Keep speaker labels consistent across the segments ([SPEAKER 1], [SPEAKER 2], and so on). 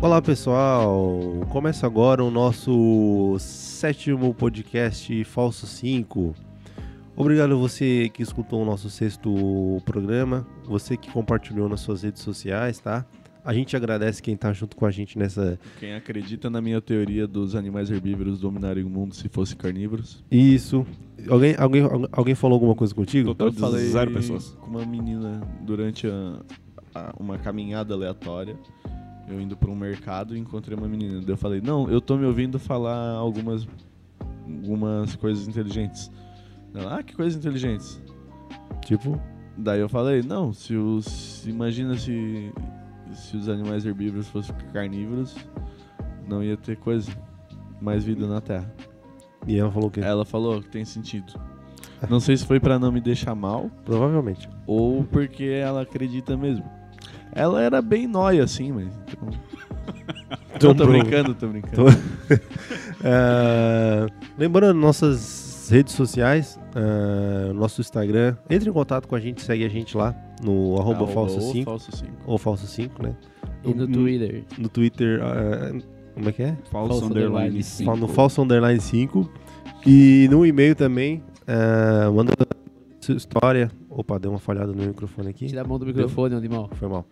[SPEAKER 1] Olá pessoal, começa agora o nosso sétimo podcast Falso 5. Obrigado a você que escutou o nosso sexto programa, você que compartilhou nas suas redes sociais, tá? A gente agradece quem tá junto com a gente nessa.
[SPEAKER 2] Quem acredita na minha teoria dos animais herbívoros dominarem o mundo se fossem carnívoros?
[SPEAKER 1] Isso. Alguém, alguém, alguém falou alguma coisa contigo?
[SPEAKER 2] Total
[SPEAKER 3] Eu
[SPEAKER 2] de
[SPEAKER 3] falei
[SPEAKER 2] zero pessoas. Com uma menina durante a- a- uma caminhada aleatória. Eu indo pra um mercado e encontrei uma menina. Daí eu falei, não, eu tô me ouvindo falar algumas, algumas coisas inteligentes. Ela, ah, que coisas inteligentes.
[SPEAKER 1] Tipo,
[SPEAKER 2] Daí eu falei, não, se os. Imagina se. Se os animais herbívoros fossem carnívoros, não ia ter coisa. Mais vida na Terra.
[SPEAKER 1] e ela falou o
[SPEAKER 3] É.
[SPEAKER 1] quê?
[SPEAKER 2] Ela falou que tem sentido. Não sei se foi pra não me deixar mal
[SPEAKER 1] Provavelmente.
[SPEAKER 2] ou porque ela acredita mesmo. Ela era bem nóia assim, mas. então- Eu tô
[SPEAKER 1] Tô-
[SPEAKER 2] brincando, tô brincando.
[SPEAKER 1] Tô- É, Então, lembrando, nossas redes sociais, é, nosso Instagram, entre em contato com a gente, segue a gente lá no arroba falso 5
[SPEAKER 2] Falso 5.
[SPEAKER 1] ou falso 5, né?
[SPEAKER 3] E no Twitter.
[SPEAKER 1] No Twitter, é, como é que é?
[SPEAKER 3] Falso underline
[SPEAKER 1] Fa- No falso underline 5. E no e-mail também, é, manda sua história. Opa, deu uma falhada no microfone aqui.
[SPEAKER 3] Tira a mão do microfone, animal.
[SPEAKER 1] Foi mal.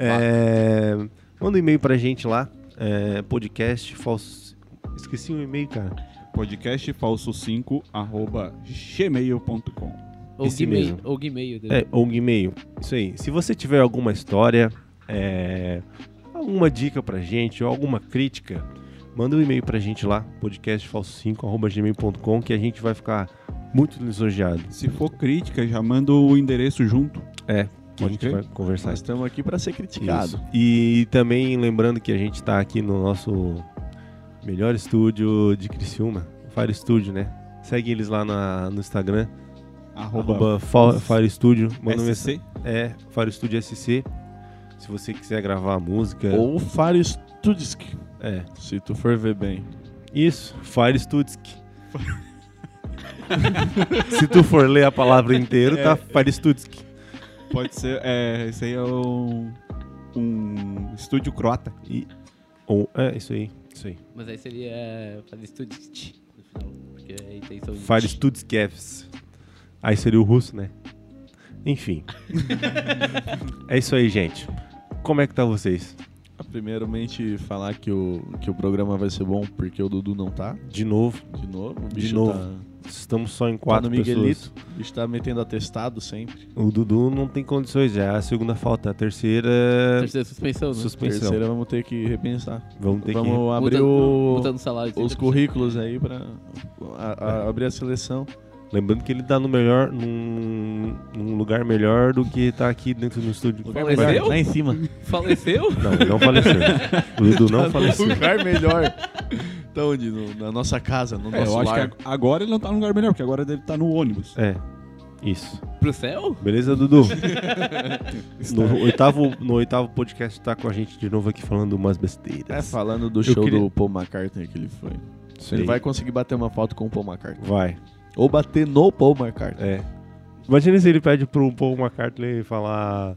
[SPEAKER 1] É, manda um e-mail pra gente lá, é, podcast falso... Esqueci o e-mail, cara.
[SPEAKER 3] É.
[SPEAKER 4] Podcast falso5 arroba gmail.com.
[SPEAKER 3] Ou
[SPEAKER 1] Esse
[SPEAKER 3] Gmail.
[SPEAKER 1] mesmo.
[SPEAKER 3] Ou Gmail. né?
[SPEAKER 1] É, ou um e-mail. Isso aí. Se você tiver alguma história, é, alguma dica pra gente, ou alguma crítica, manda um e-mail pra gente lá, podcastfalso5.gmail.com, que a gente vai ficar muito lisonjeado.
[SPEAKER 4] Se for crítica, já manda o endereço junto.
[SPEAKER 1] Que a
[SPEAKER 4] Pode
[SPEAKER 1] gente
[SPEAKER 4] crer.
[SPEAKER 1] vai conversar.
[SPEAKER 2] Nós estamos aqui pra ser criticado.
[SPEAKER 1] Isso. E também lembrando que a gente tá aqui no nosso melhor estúdio de Criciúma, Fire Studio, né? Segue eles lá na- no Instagram,
[SPEAKER 4] Arroba,
[SPEAKER 1] arroba Fa- Fire Studio. Manda um
[SPEAKER 4] SC.
[SPEAKER 1] É, Faro Studio SC. Se você quiser gravar música.
[SPEAKER 2] Ou Faro Studisk,
[SPEAKER 1] É.
[SPEAKER 2] se tu for ver bem.
[SPEAKER 1] Isso, Fire Studisk. Se tu for ler a palavra inteira, tá Fire Studisk.
[SPEAKER 4] Pode ser. É, esse aí é um, um estúdio croata.
[SPEAKER 1] E, ou, é, isso aí. Isso aí.
[SPEAKER 3] Mas aí seria fazer estudist no final. Porque aí tem som de
[SPEAKER 1] Fire
[SPEAKER 3] tch.
[SPEAKER 1] Studiskevs. Aí seria o russo, né? Enfim. é isso aí, gente. Como é que tá vocês?
[SPEAKER 2] Primeiramente, falar que o, que o programa vai ser bom porque o Dudu não tá.
[SPEAKER 1] De novo,
[SPEAKER 2] De novo. O
[SPEAKER 1] De
[SPEAKER 2] bicho
[SPEAKER 1] novo.
[SPEAKER 2] Tá,
[SPEAKER 1] estamos só em
[SPEAKER 2] tá
[SPEAKER 1] quatro
[SPEAKER 2] no Miguelito.
[SPEAKER 1] pessoas.
[SPEAKER 2] O bicho tá metendo atestado sempre.
[SPEAKER 1] O Dudu não tem condições já. A segunda falta, a terceira. é
[SPEAKER 3] Terceira suspensão, né?
[SPEAKER 1] Suspensão. Pensão.
[SPEAKER 2] Terceira, vamos ter que repensar.
[SPEAKER 1] Vamos ter que.
[SPEAKER 2] vamos abrir
[SPEAKER 3] Mudando-
[SPEAKER 2] o-
[SPEAKER 3] mudando o salário. de
[SPEAKER 2] os
[SPEAKER 3] 30%.
[SPEAKER 2] currículos aí pra a- a- abrir a seleção.
[SPEAKER 1] Lembrando que ele tá no melhor, num, num lugar melhor do que tá aqui dentro do estúdio.
[SPEAKER 3] Lugar melhor?
[SPEAKER 1] Mas-
[SPEAKER 2] Lá em cima.
[SPEAKER 3] Faleceu?
[SPEAKER 1] Não, ele não faleceu. O Dudu não faleceu.
[SPEAKER 2] Tá lugar melhor. Então, onde? No- na nossa casa, no
[SPEAKER 4] É,
[SPEAKER 2] nosso
[SPEAKER 4] eu acho
[SPEAKER 2] lar.
[SPEAKER 4] que ag- agora ele não tá num lugar melhor, porque agora ele tá no ônibus.
[SPEAKER 1] É. Isso.
[SPEAKER 3] Pro céu?
[SPEAKER 1] Beleza, Dudu? No oitavo, no oitavo podcast tá com a gente de novo aqui falando umas
[SPEAKER 2] É,
[SPEAKER 1] besteiras.
[SPEAKER 2] falando do
[SPEAKER 1] Eu
[SPEAKER 2] show
[SPEAKER 1] queria-
[SPEAKER 2] do Paul McCartney que ele foi.
[SPEAKER 1] Isso
[SPEAKER 2] Ele
[SPEAKER 1] aí.
[SPEAKER 2] vai conseguir bater uma foto com o Paul McCartney.
[SPEAKER 1] Vai.
[SPEAKER 2] Ou bater no Paul McCartney.
[SPEAKER 1] É. Imagina se ele pede pro Paul McCartney falar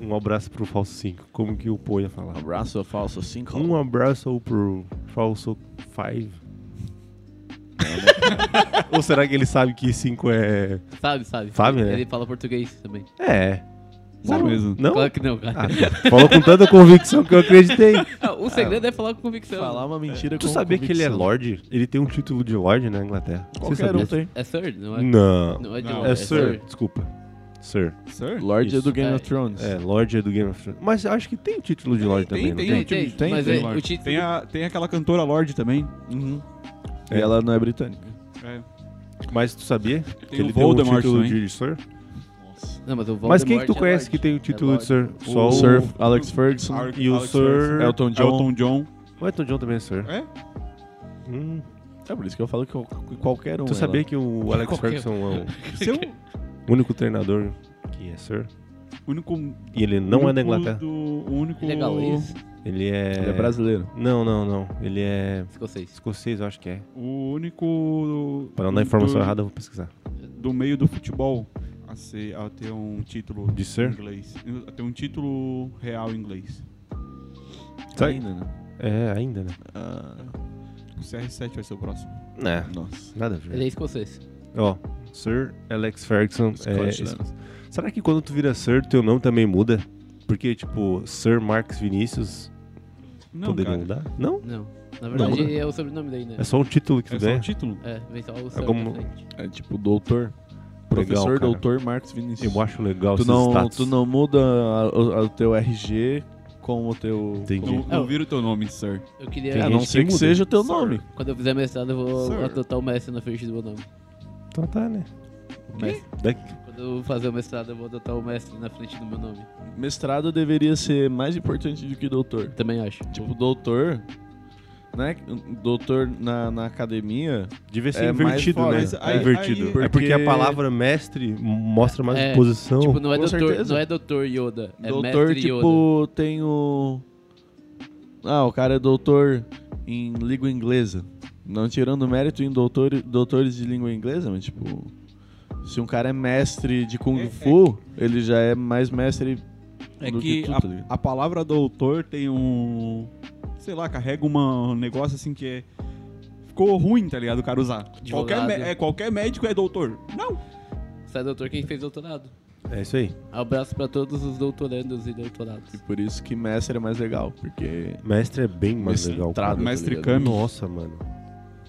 [SPEAKER 1] um abraço pro Falso 5. Como que o Paul ia falar?
[SPEAKER 2] Um Abraço falso, assim cinco.
[SPEAKER 1] Um abraço pro Falso 5. Ou será que ele sabe que 5 é.
[SPEAKER 3] Sabe, sabe.
[SPEAKER 1] Sabe, né?
[SPEAKER 3] Ele fala português também.
[SPEAKER 1] É.
[SPEAKER 4] Sabe mesmo?
[SPEAKER 1] Não?
[SPEAKER 3] Claro que não, cara.
[SPEAKER 1] Ah, falou com tanta convicção que eu acreditei.
[SPEAKER 3] Ah, o segredo é falar com convicção.
[SPEAKER 2] Falar
[SPEAKER 1] um-
[SPEAKER 2] uma mentira com
[SPEAKER 1] Tu sabia que ele é
[SPEAKER 2] Tipo, um convicção.
[SPEAKER 1] Lorde? Ele tem um título de Lorde na Inglaterra. Você
[SPEAKER 2] Qualquer
[SPEAKER 1] sabia?
[SPEAKER 2] um tem.
[SPEAKER 3] É Sir, não é?
[SPEAKER 1] Não.
[SPEAKER 3] Não é de
[SPEAKER 4] Não,
[SPEAKER 3] Lorde,
[SPEAKER 1] É Sir. Desculpa. Sir.
[SPEAKER 4] Sir?
[SPEAKER 2] Lorde é
[SPEAKER 1] Isso.
[SPEAKER 2] do Game
[SPEAKER 3] É.
[SPEAKER 2] of Thrones.
[SPEAKER 1] É, Lorde é do Game of Thrones. Mas acho que tem título de Lorde também,
[SPEAKER 4] tem,
[SPEAKER 1] não
[SPEAKER 3] Tem, tem,
[SPEAKER 2] Tem,
[SPEAKER 3] mas
[SPEAKER 2] tem,
[SPEAKER 3] é, o título...
[SPEAKER 4] Tem, a, tem aquela cantora Lorde também. Uhum.
[SPEAKER 2] E ela não é britânica.
[SPEAKER 1] Mas tu sabia que
[SPEAKER 4] o
[SPEAKER 1] ele tem um
[SPEAKER 4] Voldemort
[SPEAKER 1] título
[SPEAKER 4] também.
[SPEAKER 1] de Sir?
[SPEAKER 3] Não, mas o
[SPEAKER 1] Mas quem que tu
[SPEAKER 3] Voldemort é
[SPEAKER 1] conhece
[SPEAKER 3] Lorde.
[SPEAKER 1] que tem o título de
[SPEAKER 3] Lorde.
[SPEAKER 1] Sir? Só
[SPEAKER 2] o
[SPEAKER 1] o...
[SPEAKER 2] Sir Alex Ferguson.
[SPEAKER 1] E o
[SPEAKER 4] Alex
[SPEAKER 1] Sir-
[SPEAKER 4] Ferguson.
[SPEAKER 2] Elton John.
[SPEAKER 4] Elton John.
[SPEAKER 1] O Elton John também é Sir.
[SPEAKER 4] É?
[SPEAKER 1] Hum.
[SPEAKER 2] É por isso que eu falo que qual- que qualquer um.
[SPEAKER 1] Tu
[SPEAKER 2] é
[SPEAKER 1] sabia
[SPEAKER 2] lá.
[SPEAKER 1] que o Alex
[SPEAKER 3] Qualquer-
[SPEAKER 1] Ferguson é
[SPEAKER 4] Seu
[SPEAKER 1] o único treinador que é Sir?
[SPEAKER 4] único.
[SPEAKER 1] E ele não é da
[SPEAKER 4] único
[SPEAKER 1] Inglaterra.
[SPEAKER 4] Do, o único.
[SPEAKER 3] Ele é galês,
[SPEAKER 1] Ele é...
[SPEAKER 2] Ele é brasileiro.
[SPEAKER 1] Não, não, não. Ele é...
[SPEAKER 3] escocês.
[SPEAKER 1] Escocês, eu acho que é.
[SPEAKER 4] O único.
[SPEAKER 1] Para não dar informação
[SPEAKER 4] do,
[SPEAKER 1] errada, eu vou pesquisar.
[SPEAKER 4] Do meio do futebol a, ser, a ter um título
[SPEAKER 1] De ser?
[SPEAKER 4] inglês. A ter um título real inglês.
[SPEAKER 1] Sabe-
[SPEAKER 2] Ainda, né?
[SPEAKER 1] É, ainda, né?
[SPEAKER 2] Ah,
[SPEAKER 4] O CR7 vai ser o próximo.
[SPEAKER 1] É,
[SPEAKER 2] nossa.
[SPEAKER 1] nada a ver.
[SPEAKER 3] Ele é escocês.
[SPEAKER 1] Ó, Sir Alex Ferguson. É,
[SPEAKER 2] Scott, né?
[SPEAKER 1] será que quando tu vira Sir, teu nome também muda? Porque, tipo, Sir Marx Vinícius
[SPEAKER 4] Não,
[SPEAKER 1] poderia
[SPEAKER 4] cara.
[SPEAKER 1] mudar? Não?
[SPEAKER 3] Não. Na verdade,
[SPEAKER 1] né?
[SPEAKER 3] é o sobrenome daí, né?
[SPEAKER 1] É só um título que tu
[SPEAKER 4] É só
[SPEAKER 1] ganha.
[SPEAKER 4] o título.
[SPEAKER 3] É, vem só o Sir
[SPEAKER 1] como-
[SPEAKER 3] na frente.
[SPEAKER 2] É tipo doutor. Professor
[SPEAKER 1] cara.
[SPEAKER 2] doutor Marcos Vinícius.
[SPEAKER 1] Eu acho legal
[SPEAKER 2] tu
[SPEAKER 1] esses
[SPEAKER 2] não,
[SPEAKER 1] status.
[SPEAKER 2] tu não muda a- o o teu RG com o teu.
[SPEAKER 1] Entendi.
[SPEAKER 2] com-
[SPEAKER 4] Não, não vira o teu nome, sir.
[SPEAKER 3] Eu queria.
[SPEAKER 1] Tem
[SPEAKER 2] A
[SPEAKER 1] gente
[SPEAKER 2] não
[SPEAKER 1] que
[SPEAKER 2] ser que,
[SPEAKER 1] muda.
[SPEAKER 2] seja o teu
[SPEAKER 4] Sir.
[SPEAKER 2] nome.
[SPEAKER 3] Quando eu fizer mestrado, eu vou
[SPEAKER 4] Sir.
[SPEAKER 3] atotar o mestre na frente do meu nome.
[SPEAKER 1] Então tá, né?
[SPEAKER 3] Mestre.
[SPEAKER 1] Daqui-
[SPEAKER 3] Quando eu fazer o mestrado, eu vou adotar o mestre na frente do meu nome.
[SPEAKER 2] Mestrado deveria ser mais importante do que doutor.
[SPEAKER 3] Também acho.
[SPEAKER 2] Tipo, doutor. Né? Doutor na, na academia.
[SPEAKER 1] Devia ser
[SPEAKER 2] É mais
[SPEAKER 1] invertido,
[SPEAKER 2] foda.
[SPEAKER 1] né?
[SPEAKER 2] Mas aí-
[SPEAKER 1] é invertido.
[SPEAKER 4] aí-
[SPEAKER 1] É porque a
[SPEAKER 2] porque-
[SPEAKER 1] palavra mestre mostra mais
[SPEAKER 3] É,
[SPEAKER 1] posição.
[SPEAKER 3] tipo, não é,
[SPEAKER 2] com
[SPEAKER 3] doutor,
[SPEAKER 2] certeza.
[SPEAKER 3] não é doutor Yoda, é
[SPEAKER 2] doutor,
[SPEAKER 3] mestre Yoda.
[SPEAKER 2] tipo, tem o. Ah, o cara é doutor em língua inglesa. Não tirando mérito em doutor, doutores de língua inglesa, mas tipo. Se um cara é mestre de Kung
[SPEAKER 4] É- é
[SPEAKER 2] Fu, ele já é mais mestre.
[SPEAKER 4] É
[SPEAKER 2] do
[SPEAKER 4] que
[SPEAKER 2] que tu, tá ligado?
[SPEAKER 4] a, a palavra doutor tem um. Sei lá, carrega uma- um negócio assim que é. Ficou ruim, tá ligado? O cara usar. Qualquer, mé- é, qualquer médico é doutor. Não!
[SPEAKER 3] Sai é doutor quem fez doutorado.
[SPEAKER 1] É isso aí.
[SPEAKER 3] Abraço pra todos os doutorandos e doutorados.
[SPEAKER 2] E por isso que mestre é mais legal, porque.
[SPEAKER 1] Mestre é bem mais legal. cara.
[SPEAKER 2] Mestrado,
[SPEAKER 4] Mestre
[SPEAKER 2] tá ligado?
[SPEAKER 4] Kami.
[SPEAKER 1] Nossa, mano.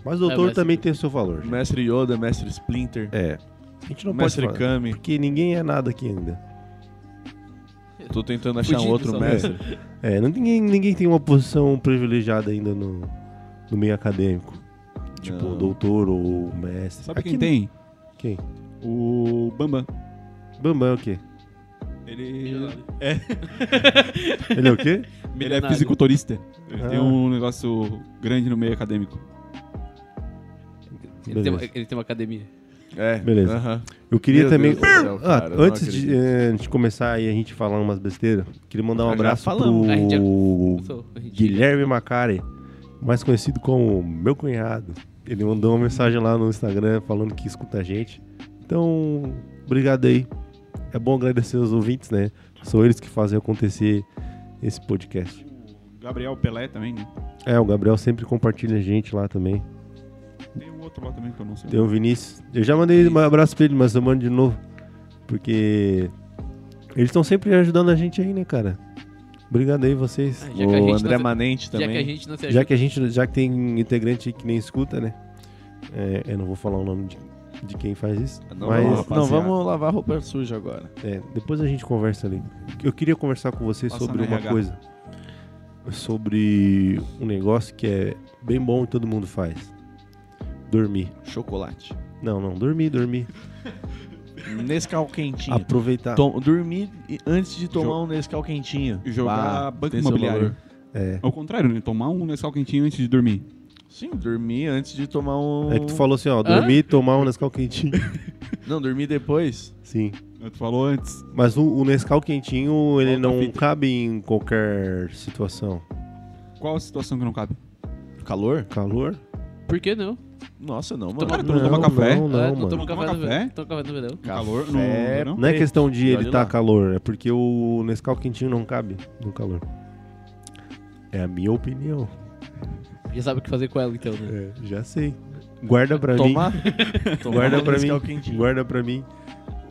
[SPEAKER 1] Mas doutor
[SPEAKER 3] É, mas-
[SPEAKER 1] também tem o seu valor. gente.
[SPEAKER 2] Mestre Yoda, mestre Splinter,
[SPEAKER 1] É. A gente não
[SPEAKER 2] mestre
[SPEAKER 1] pode falar.
[SPEAKER 2] Kami.
[SPEAKER 1] Porque ninguém é nada aqui ainda.
[SPEAKER 2] Tô tentando achar um
[SPEAKER 3] É, Fudido
[SPEAKER 2] outro
[SPEAKER 3] só,
[SPEAKER 2] mestre.
[SPEAKER 1] É, não- ninguém, ninguém tem uma posição privilegiada ainda no, no meio acadêmico. Tipo,
[SPEAKER 2] Não.
[SPEAKER 1] doutor ou mestre.
[SPEAKER 4] Sabe
[SPEAKER 1] Aqui
[SPEAKER 4] quem tem?
[SPEAKER 1] não- Quem?
[SPEAKER 4] O Bambam.
[SPEAKER 1] Bambam é o quê?
[SPEAKER 4] Ele.
[SPEAKER 1] Ele é o quê?
[SPEAKER 4] Ele é
[SPEAKER 3] Milionário.
[SPEAKER 4] fisiculturista. Ele
[SPEAKER 1] Ah.
[SPEAKER 4] tem um negócio grande no meio acadêmico.
[SPEAKER 3] Ele tem, uma,
[SPEAKER 1] Beleza.
[SPEAKER 3] ele tem uma academia.
[SPEAKER 2] É.
[SPEAKER 1] Beleza.
[SPEAKER 2] aham.
[SPEAKER 1] Eu queria
[SPEAKER 2] Meu
[SPEAKER 1] também.
[SPEAKER 2] Deus do céu,
[SPEAKER 1] Ah,
[SPEAKER 2] cara, eu não
[SPEAKER 1] antes de,
[SPEAKER 2] acredito.
[SPEAKER 1] eh, de começar e a gente falar umas besteiras, queria mandar um
[SPEAKER 2] Já
[SPEAKER 1] abraço
[SPEAKER 2] falamos.
[SPEAKER 1] pro
[SPEAKER 2] né?
[SPEAKER 3] A gente já- Eu sou- a gente-
[SPEAKER 1] Guilherme Macari, mais conhecido como meu cunhado. Ele mandou uma mensagem lá no Instagram falando que escuta a gente. Então, obrigado aí. É bom agradecer os ouvintes, né? São eles que fazem acontecer esse podcast.
[SPEAKER 4] Gabriel Pelé também, né?
[SPEAKER 1] É, o Gabriel sempre compartilha a gente lá também.
[SPEAKER 4] Tem um outro lá também que eu não sei.
[SPEAKER 1] Tem o Vinícius. Eu já mandei um abraço pra ele, mas eu mando de novo. Porque eles estão sempre ajudando a gente aí, né, cara? Obrigado aí vocês.
[SPEAKER 3] Ah, já que a
[SPEAKER 2] O
[SPEAKER 3] gente
[SPEAKER 2] André
[SPEAKER 3] não-
[SPEAKER 2] Manente
[SPEAKER 3] Já que a
[SPEAKER 2] também.
[SPEAKER 3] gente não se
[SPEAKER 1] Já
[SPEAKER 3] ajuda,
[SPEAKER 1] que a gente, já que tem integrante que nem escuta, né? É, eu não vou falar o nome de, de quem faz isso.
[SPEAKER 2] Não,
[SPEAKER 1] mas
[SPEAKER 2] vamos- não,
[SPEAKER 4] rapaziada.
[SPEAKER 2] vamos lavar roupa suja agora.
[SPEAKER 1] é, depois a gente conversa ali. Eu queria conversar com vocês
[SPEAKER 4] Passa
[SPEAKER 1] sobre
[SPEAKER 4] no
[SPEAKER 1] uma
[SPEAKER 4] RH.
[SPEAKER 1] coisa. Sobre um negócio que é bem bom e todo mundo faz. Dormir.
[SPEAKER 2] Chocolate.
[SPEAKER 1] Não, não, dormir, dormir.
[SPEAKER 2] Nescau quentinho.
[SPEAKER 1] Aproveitar.
[SPEAKER 2] Tom- dormir e- antes de tomar
[SPEAKER 4] Jo-
[SPEAKER 2] um Nescau quentinho.
[SPEAKER 4] Jogar
[SPEAKER 2] Bah,
[SPEAKER 4] banco
[SPEAKER 2] tem seu
[SPEAKER 4] imobiliário.
[SPEAKER 2] valor.
[SPEAKER 1] É.
[SPEAKER 4] Ao contrário, né? Tomar um Nescau quentinho antes de dormir.
[SPEAKER 2] Sim, dormir antes de tomar um.
[SPEAKER 1] É que tu falou assim, ó, dormir e tomar um Nescau quentinho.
[SPEAKER 2] Não, dormir depois.
[SPEAKER 1] Sim.
[SPEAKER 4] Tu falou antes.
[SPEAKER 1] Mas o, o Nescau quentinho, ele
[SPEAKER 4] Volta a
[SPEAKER 1] não
[SPEAKER 4] fita.
[SPEAKER 1] cabe em qualquer situação.
[SPEAKER 4] Qual a situação que não cabe?
[SPEAKER 1] É
[SPEAKER 2] Calor?
[SPEAKER 1] Calor?
[SPEAKER 3] Por que não?
[SPEAKER 2] Nossa, não, mano.
[SPEAKER 4] Cara, tu não Então, toma café?
[SPEAKER 1] Não, não,
[SPEAKER 3] Ah,
[SPEAKER 1] mano.
[SPEAKER 3] toma café,
[SPEAKER 4] Toma
[SPEAKER 3] no
[SPEAKER 4] café?
[SPEAKER 3] verão. Toma café no verão.
[SPEAKER 4] No calor? No
[SPEAKER 2] Café-
[SPEAKER 4] verão?
[SPEAKER 1] Não é
[SPEAKER 2] Ei,
[SPEAKER 1] questão de
[SPEAKER 2] olha
[SPEAKER 1] ele tá
[SPEAKER 2] lá.
[SPEAKER 1] calor, é porque o Nescau quentinho não cabe no calor. É a minha opinião.
[SPEAKER 3] Já sabe o que fazer com ela, então, né?
[SPEAKER 1] É, já sei. Guarda pra
[SPEAKER 2] Tomar?
[SPEAKER 1] mim.
[SPEAKER 2] tomar
[SPEAKER 1] Guarda
[SPEAKER 2] um
[SPEAKER 1] pra
[SPEAKER 2] Nescau
[SPEAKER 1] mim.
[SPEAKER 2] quentinho.
[SPEAKER 1] Guarda pra mim.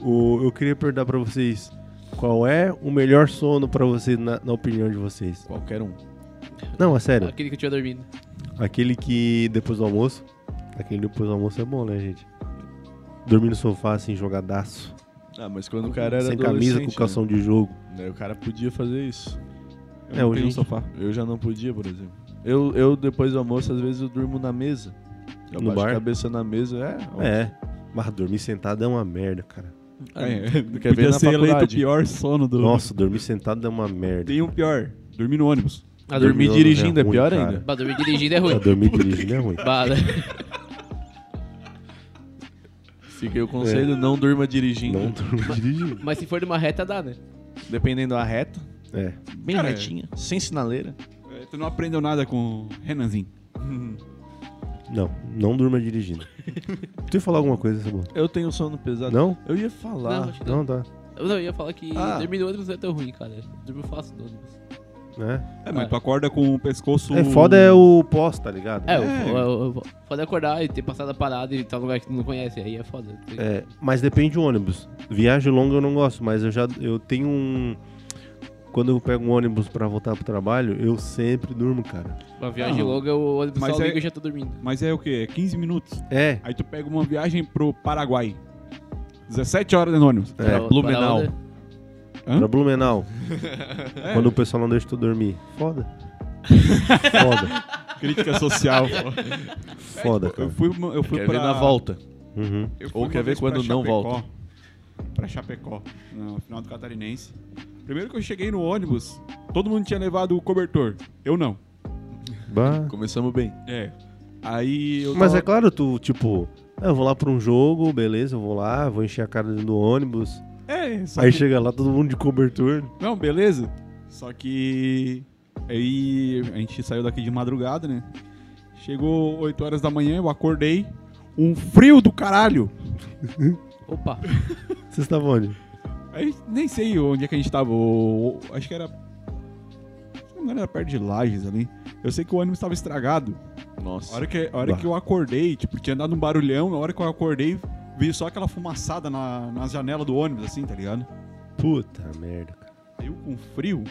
[SPEAKER 1] O, eu queria perguntar pra vocês qual é o melhor sono pra vocês, na, na opinião de vocês.
[SPEAKER 2] Qualquer um.
[SPEAKER 1] Não, é sério.
[SPEAKER 3] Aquele que eu tinha dormindo.
[SPEAKER 1] Aquele que depois do almoço. Aquele depois do almoço é bom, né, gente? Dormir no sofá assim, jogadaço.
[SPEAKER 2] Ah, mas quando o cara era
[SPEAKER 1] sem camisa, com
[SPEAKER 2] adolescente,
[SPEAKER 1] calção de jogo.
[SPEAKER 2] né? Daí o cara podia fazer isso.
[SPEAKER 4] Eu
[SPEAKER 1] É,
[SPEAKER 4] não
[SPEAKER 1] hoje
[SPEAKER 4] tenho
[SPEAKER 1] a gente-
[SPEAKER 4] sofá.
[SPEAKER 2] Eu já não podia, por exemplo. Eu, eu depois do almoço, às vezes eu durmo na mesa. Eu
[SPEAKER 1] No
[SPEAKER 2] baixo
[SPEAKER 1] bar?
[SPEAKER 2] a cabeça na mesa, é.
[SPEAKER 1] É. Mas dormir sentado é uma merda, cara.
[SPEAKER 4] É,
[SPEAKER 2] quer ver
[SPEAKER 4] podia
[SPEAKER 2] na
[SPEAKER 4] ser eleito o
[SPEAKER 2] faculdade.
[SPEAKER 4] pior sono do...
[SPEAKER 1] Nossa, dormir sentado é uma merda.
[SPEAKER 4] Tem um pior. Dormir no ônibus.
[SPEAKER 3] Ah,
[SPEAKER 2] Dormir
[SPEAKER 1] Dormir
[SPEAKER 2] dirigindo é
[SPEAKER 1] ruim,
[SPEAKER 2] pior
[SPEAKER 1] cara.
[SPEAKER 2] ainda.
[SPEAKER 3] Bah, dormir dirigindo é ruim.
[SPEAKER 1] Ah, dormir dirigindo é ruim.
[SPEAKER 3] Bah, né?
[SPEAKER 2] Fica aí o conselho, não durma dirigindo.
[SPEAKER 1] É. Não dormir dirigindo.
[SPEAKER 3] Mas se for numa reta, dá, né?
[SPEAKER 2] Dependendo da reta.
[SPEAKER 1] É.
[SPEAKER 2] Bem
[SPEAKER 4] Cara,
[SPEAKER 2] retinha, sem sinaleira.
[SPEAKER 4] É, tu não aprendeu nada com o Renanzinho.
[SPEAKER 1] Não, não durma dirigindo. tu ia falar alguma coisa, Sabu?
[SPEAKER 2] Eu tenho sono pesado.
[SPEAKER 1] Não?
[SPEAKER 2] Eu ia falar.
[SPEAKER 3] acho que
[SPEAKER 1] Não, tá.
[SPEAKER 3] Eu não eu ia falar que
[SPEAKER 2] Ah.
[SPEAKER 3] dormir no ônibus não é tão ruim, cara. Dormir fácil no ônibus.
[SPEAKER 1] né?
[SPEAKER 4] É, mas tu acorda com o pescoço.
[SPEAKER 1] É foda é o pós, tá ligado?
[SPEAKER 3] É, eu- eu- eu- foda é acordar e ter passado a parada e tá num lugar que tu não conhece, aí é foda.
[SPEAKER 1] É, mas depende do ônibus. Viagem longa eu não gosto, mas eu já eu tenho um quando eu pego um ônibus pra voltar pro trabalho, eu sempre durmo, cara.
[SPEAKER 3] Uma viagem
[SPEAKER 4] Não.
[SPEAKER 3] longa, o ônibus
[SPEAKER 4] Mas
[SPEAKER 3] só
[SPEAKER 4] é-
[SPEAKER 3] liga e eu já tô dormindo.
[SPEAKER 4] Mas é o quê? É 15 minutos.
[SPEAKER 1] É,
[SPEAKER 4] Aí tu pega uma viagem pro Paraguai. 17 horas de ônibus.
[SPEAKER 1] É,
[SPEAKER 3] Pra- pra
[SPEAKER 4] Blumenau.
[SPEAKER 3] onda.
[SPEAKER 4] Hã?
[SPEAKER 1] pra Blumenau,
[SPEAKER 4] É,
[SPEAKER 1] quando o pessoal não deixa tu dormir. Foda. foda.
[SPEAKER 4] crítica social. pô.
[SPEAKER 1] Foda,
[SPEAKER 4] Eu
[SPEAKER 1] cara.
[SPEAKER 4] fui, uma- eu fui
[SPEAKER 2] Quer
[SPEAKER 4] pra...
[SPEAKER 2] ver na volta.
[SPEAKER 1] Uhum.
[SPEAKER 4] Eu fui
[SPEAKER 2] Ou
[SPEAKER 4] uma
[SPEAKER 2] quer ver
[SPEAKER 4] vez pra
[SPEAKER 2] quando não
[SPEAKER 4] Chapecó,
[SPEAKER 2] volta.
[SPEAKER 4] Pra Chapecó, no final do Catarinense. Primeiro que eu cheguei no ônibus, todo mundo tinha levado o cobertor. Eu não.
[SPEAKER 1] Bah.
[SPEAKER 2] Começamos bem.
[SPEAKER 4] É. Aí eu
[SPEAKER 1] Mas é
[SPEAKER 4] tava-
[SPEAKER 1] claro, tu, tipo, ah, eu vou lá pra um jogo, beleza, eu vou lá, vou encher a cara dentro do ônibus.
[SPEAKER 4] É, só
[SPEAKER 1] Aí
[SPEAKER 4] que-
[SPEAKER 1] chega lá todo mundo de cobertor.
[SPEAKER 4] Não, beleza. Só que... Aí a gente saiu daqui de madrugada, né? Chegou 8 horas da manhã, eu acordei. Um frio do caralho.
[SPEAKER 3] Opa.
[SPEAKER 4] É
[SPEAKER 1] Vocês estavam onde?
[SPEAKER 4] Aí nem sei onde é que a gente tava. o- o- Acho que era... se não me engano, Era perto de Lages ali. Eu sei que o ônibus tava estragado. A
[SPEAKER 2] Nossa.
[SPEAKER 4] hora que, a hora
[SPEAKER 1] Bah.
[SPEAKER 4] que eu acordei, tipo, tinha dado um barulhão, a hora que eu acordei, vi só aquela fumaçada na, na janela do ônibus, assim, tá ligado?
[SPEAKER 1] Puta merda. cara.
[SPEAKER 4] Eu com frio.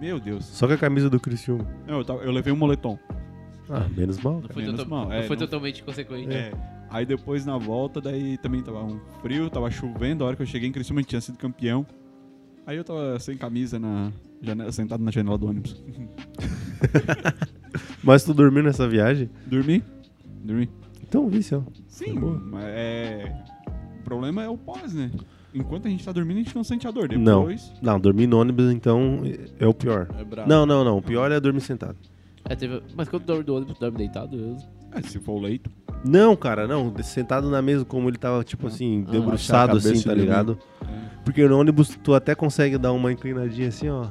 [SPEAKER 4] Meu Deus.
[SPEAKER 1] Só com a camisa do Cristiano.
[SPEAKER 4] Não, eu, tava- eu levei um moletom.
[SPEAKER 1] Ah, menos mal.
[SPEAKER 3] Não
[SPEAKER 1] cara.
[SPEAKER 3] foi,
[SPEAKER 4] Menos
[SPEAKER 3] tota-
[SPEAKER 4] mal,
[SPEAKER 3] não
[SPEAKER 4] é,
[SPEAKER 3] foi
[SPEAKER 4] não-
[SPEAKER 3] totalmente consequente.
[SPEAKER 4] É. Aí depois na volta, daí também tava um frio, tava chovendo, a hora que eu cheguei em Criciúma a gente tinha sido campeão. Aí eu tava sem camisa na janela, sentado na janela do ônibus.
[SPEAKER 1] Mas tu dormiu nessa viagem?
[SPEAKER 4] Dormi? Dormi.
[SPEAKER 1] Então, isso, ó.
[SPEAKER 4] Sim,
[SPEAKER 1] Foi boa.
[SPEAKER 4] mas é. O problema é o pós, né? Enquanto a gente tá dormindo, a gente não sente a dor.
[SPEAKER 1] Não.
[SPEAKER 4] Depois.
[SPEAKER 1] Não, dormir no ônibus, então, é o pior.
[SPEAKER 2] É brabo.
[SPEAKER 1] Não, não, não. O pior é dormir sentado.
[SPEAKER 3] É, teve- Mas quando dorme do ônibus, dorme deitado, eu...
[SPEAKER 4] É, se for o leito.
[SPEAKER 1] Não, cara, não. Sentado na mesa, como ele tava, tipo assim,
[SPEAKER 3] Ah,
[SPEAKER 1] debruçado,
[SPEAKER 2] abaixar a
[SPEAKER 1] assim,
[SPEAKER 2] cabeça
[SPEAKER 1] tá
[SPEAKER 2] e dormir.
[SPEAKER 1] ligado? Porque no ônibus tu até consegue dar uma inclinadinha assim, ó,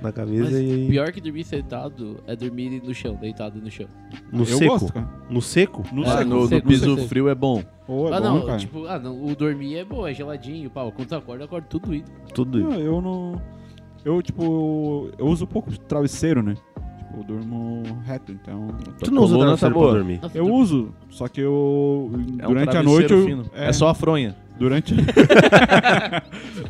[SPEAKER 1] na camisa
[SPEAKER 3] Mas
[SPEAKER 1] e.
[SPEAKER 3] pior que dormir sentado é dormir no chão, deitado no chão.
[SPEAKER 1] No
[SPEAKER 4] eu
[SPEAKER 1] seco.
[SPEAKER 4] gosto, cara.
[SPEAKER 1] No seco?
[SPEAKER 4] No
[SPEAKER 2] Ah,
[SPEAKER 3] sei,
[SPEAKER 4] seco.
[SPEAKER 2] no,
[SPEAKER 3] não sei,
[SPEAKER 2] no
[SPEAKER 3] não
[SPEAKER 2] piso
[SPEAKER 3] sei.
[SPEAKER 2] frio é bom.
[SPEAKER 4] Ou é
[SPEAKER 3] ah,
[SPEAKER 4] bom,
[SPEAKER 3] não,
[SPEAKER 4] cara.
[SPEAKER 3] tipo, ah, não, o dormir é bom, é geladinho, pau. Quando tu acorda, acorda tudo doído.
[SPEAKER 1] Tudo.
[SPEAKER 4] Não, eu não... Eu, tipo... Eu uso pouco travesseiro, né? Tipo, eu durmo reto, então...
[SPEAKER 1] Tu não usa travesseiro
[SPEAKER 2] coluna tá
[SPEAKER 1] pra
[SPEAKER 2] boa.
[SPEAKER 1] dormir.
[SPEAKER 3] Nossa,
[SPEAKER 4] Eu
[SPEAKER 3] dormir-
[SPEAKER 4] uso, só que eu...
[SPEAKER 2] É um
[SPEAKER 4] durante a
[SPEAKER 2] travesseiro
[SPEAKER 4] noite eu...
[SPEAKER 2] fino. É. só a fronha.
[SPEAKER 4] Durante...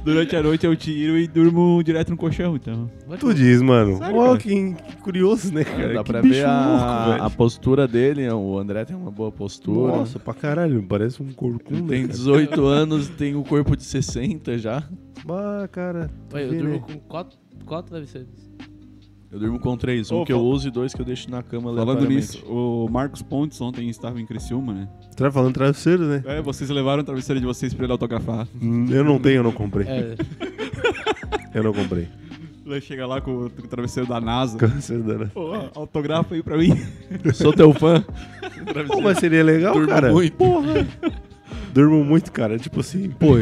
[SPEAKER 4] durante a noite eu tiro e durmo direto no colchão, então...
[SPEAKER 3] Vai
[SPEAKER 1] Tu diz, mano.
[SPEAKER 4] Sério,
[SPEAKER 1] Ó,
[SPEAKER 4] cara?
[SPEAKER 1] que, que curioso, né, cara?
[SPEAKER 2] Dá
[SPEAKER 1] que
[SPEAKER 2] pra
[SPEAKER 1] bicho
[SPEAKER 2] ver a,
[SPEAKER 1] louco, velho.
[SPEAKER 2] a postura dele. É, O André tem uma boa postura.
[SPEAKER 1] Nossa, pra caralho, parece um corcunda.
[SPEAKER 2] Tem
[SPEAKER 1] cara.
[SPEAKER 2] 18 anos, tem o corpo de 60 já.
[SPEAKER 1] Bah, cara. tu
[SPEAKER 3] Ué, eu
[SPEAKER 1] vê, né?
[SPEAKER 3] durmo com quatro, quatro travesseiros.
[SPEAKER 2] Eu durmo com três. Um
[SPEAKER 4] Ô,
[SPEAKER 2] que eu
[SPEAKER 4] fal-
[SPEAKER 2] uso e dois que eu deixo na cama
[SPEAKER 4] Falando
[SPEAKER 2] aleatoriamente.
[SPEAKER 4] nisso, o Marcos Pontes ontem estava em Criciúma, né?
[SPEAKER 1] Tu tá falando travesseiro, né?
[SPEAKER 4] É, vocês levaram o travesseiro de vocês pra ele autografar.
[SPEAKER 1] Eu não tenho, eu não comprei.
[SPEAKER 3] É,
[SPEAKER 1] Eu não comprei.
[SPEAKER 4] Ele chega lá com o com o travesseiro da NASA.
[SPEAKER 1] Câncer dana.
[SPEAKER 4] Pô, autografa aí pra mim.
[SPEAKER 2] Sou teu fã.
[SPEAKER 1] Pô, mas seria legal,
[SPEAKER 2] Durmo
[SPEAKER 1] cara.
[SPEAKER 2] muito.
[SPEAKER 1] Porra. Durmo muito, cara. Tipo assim, pô,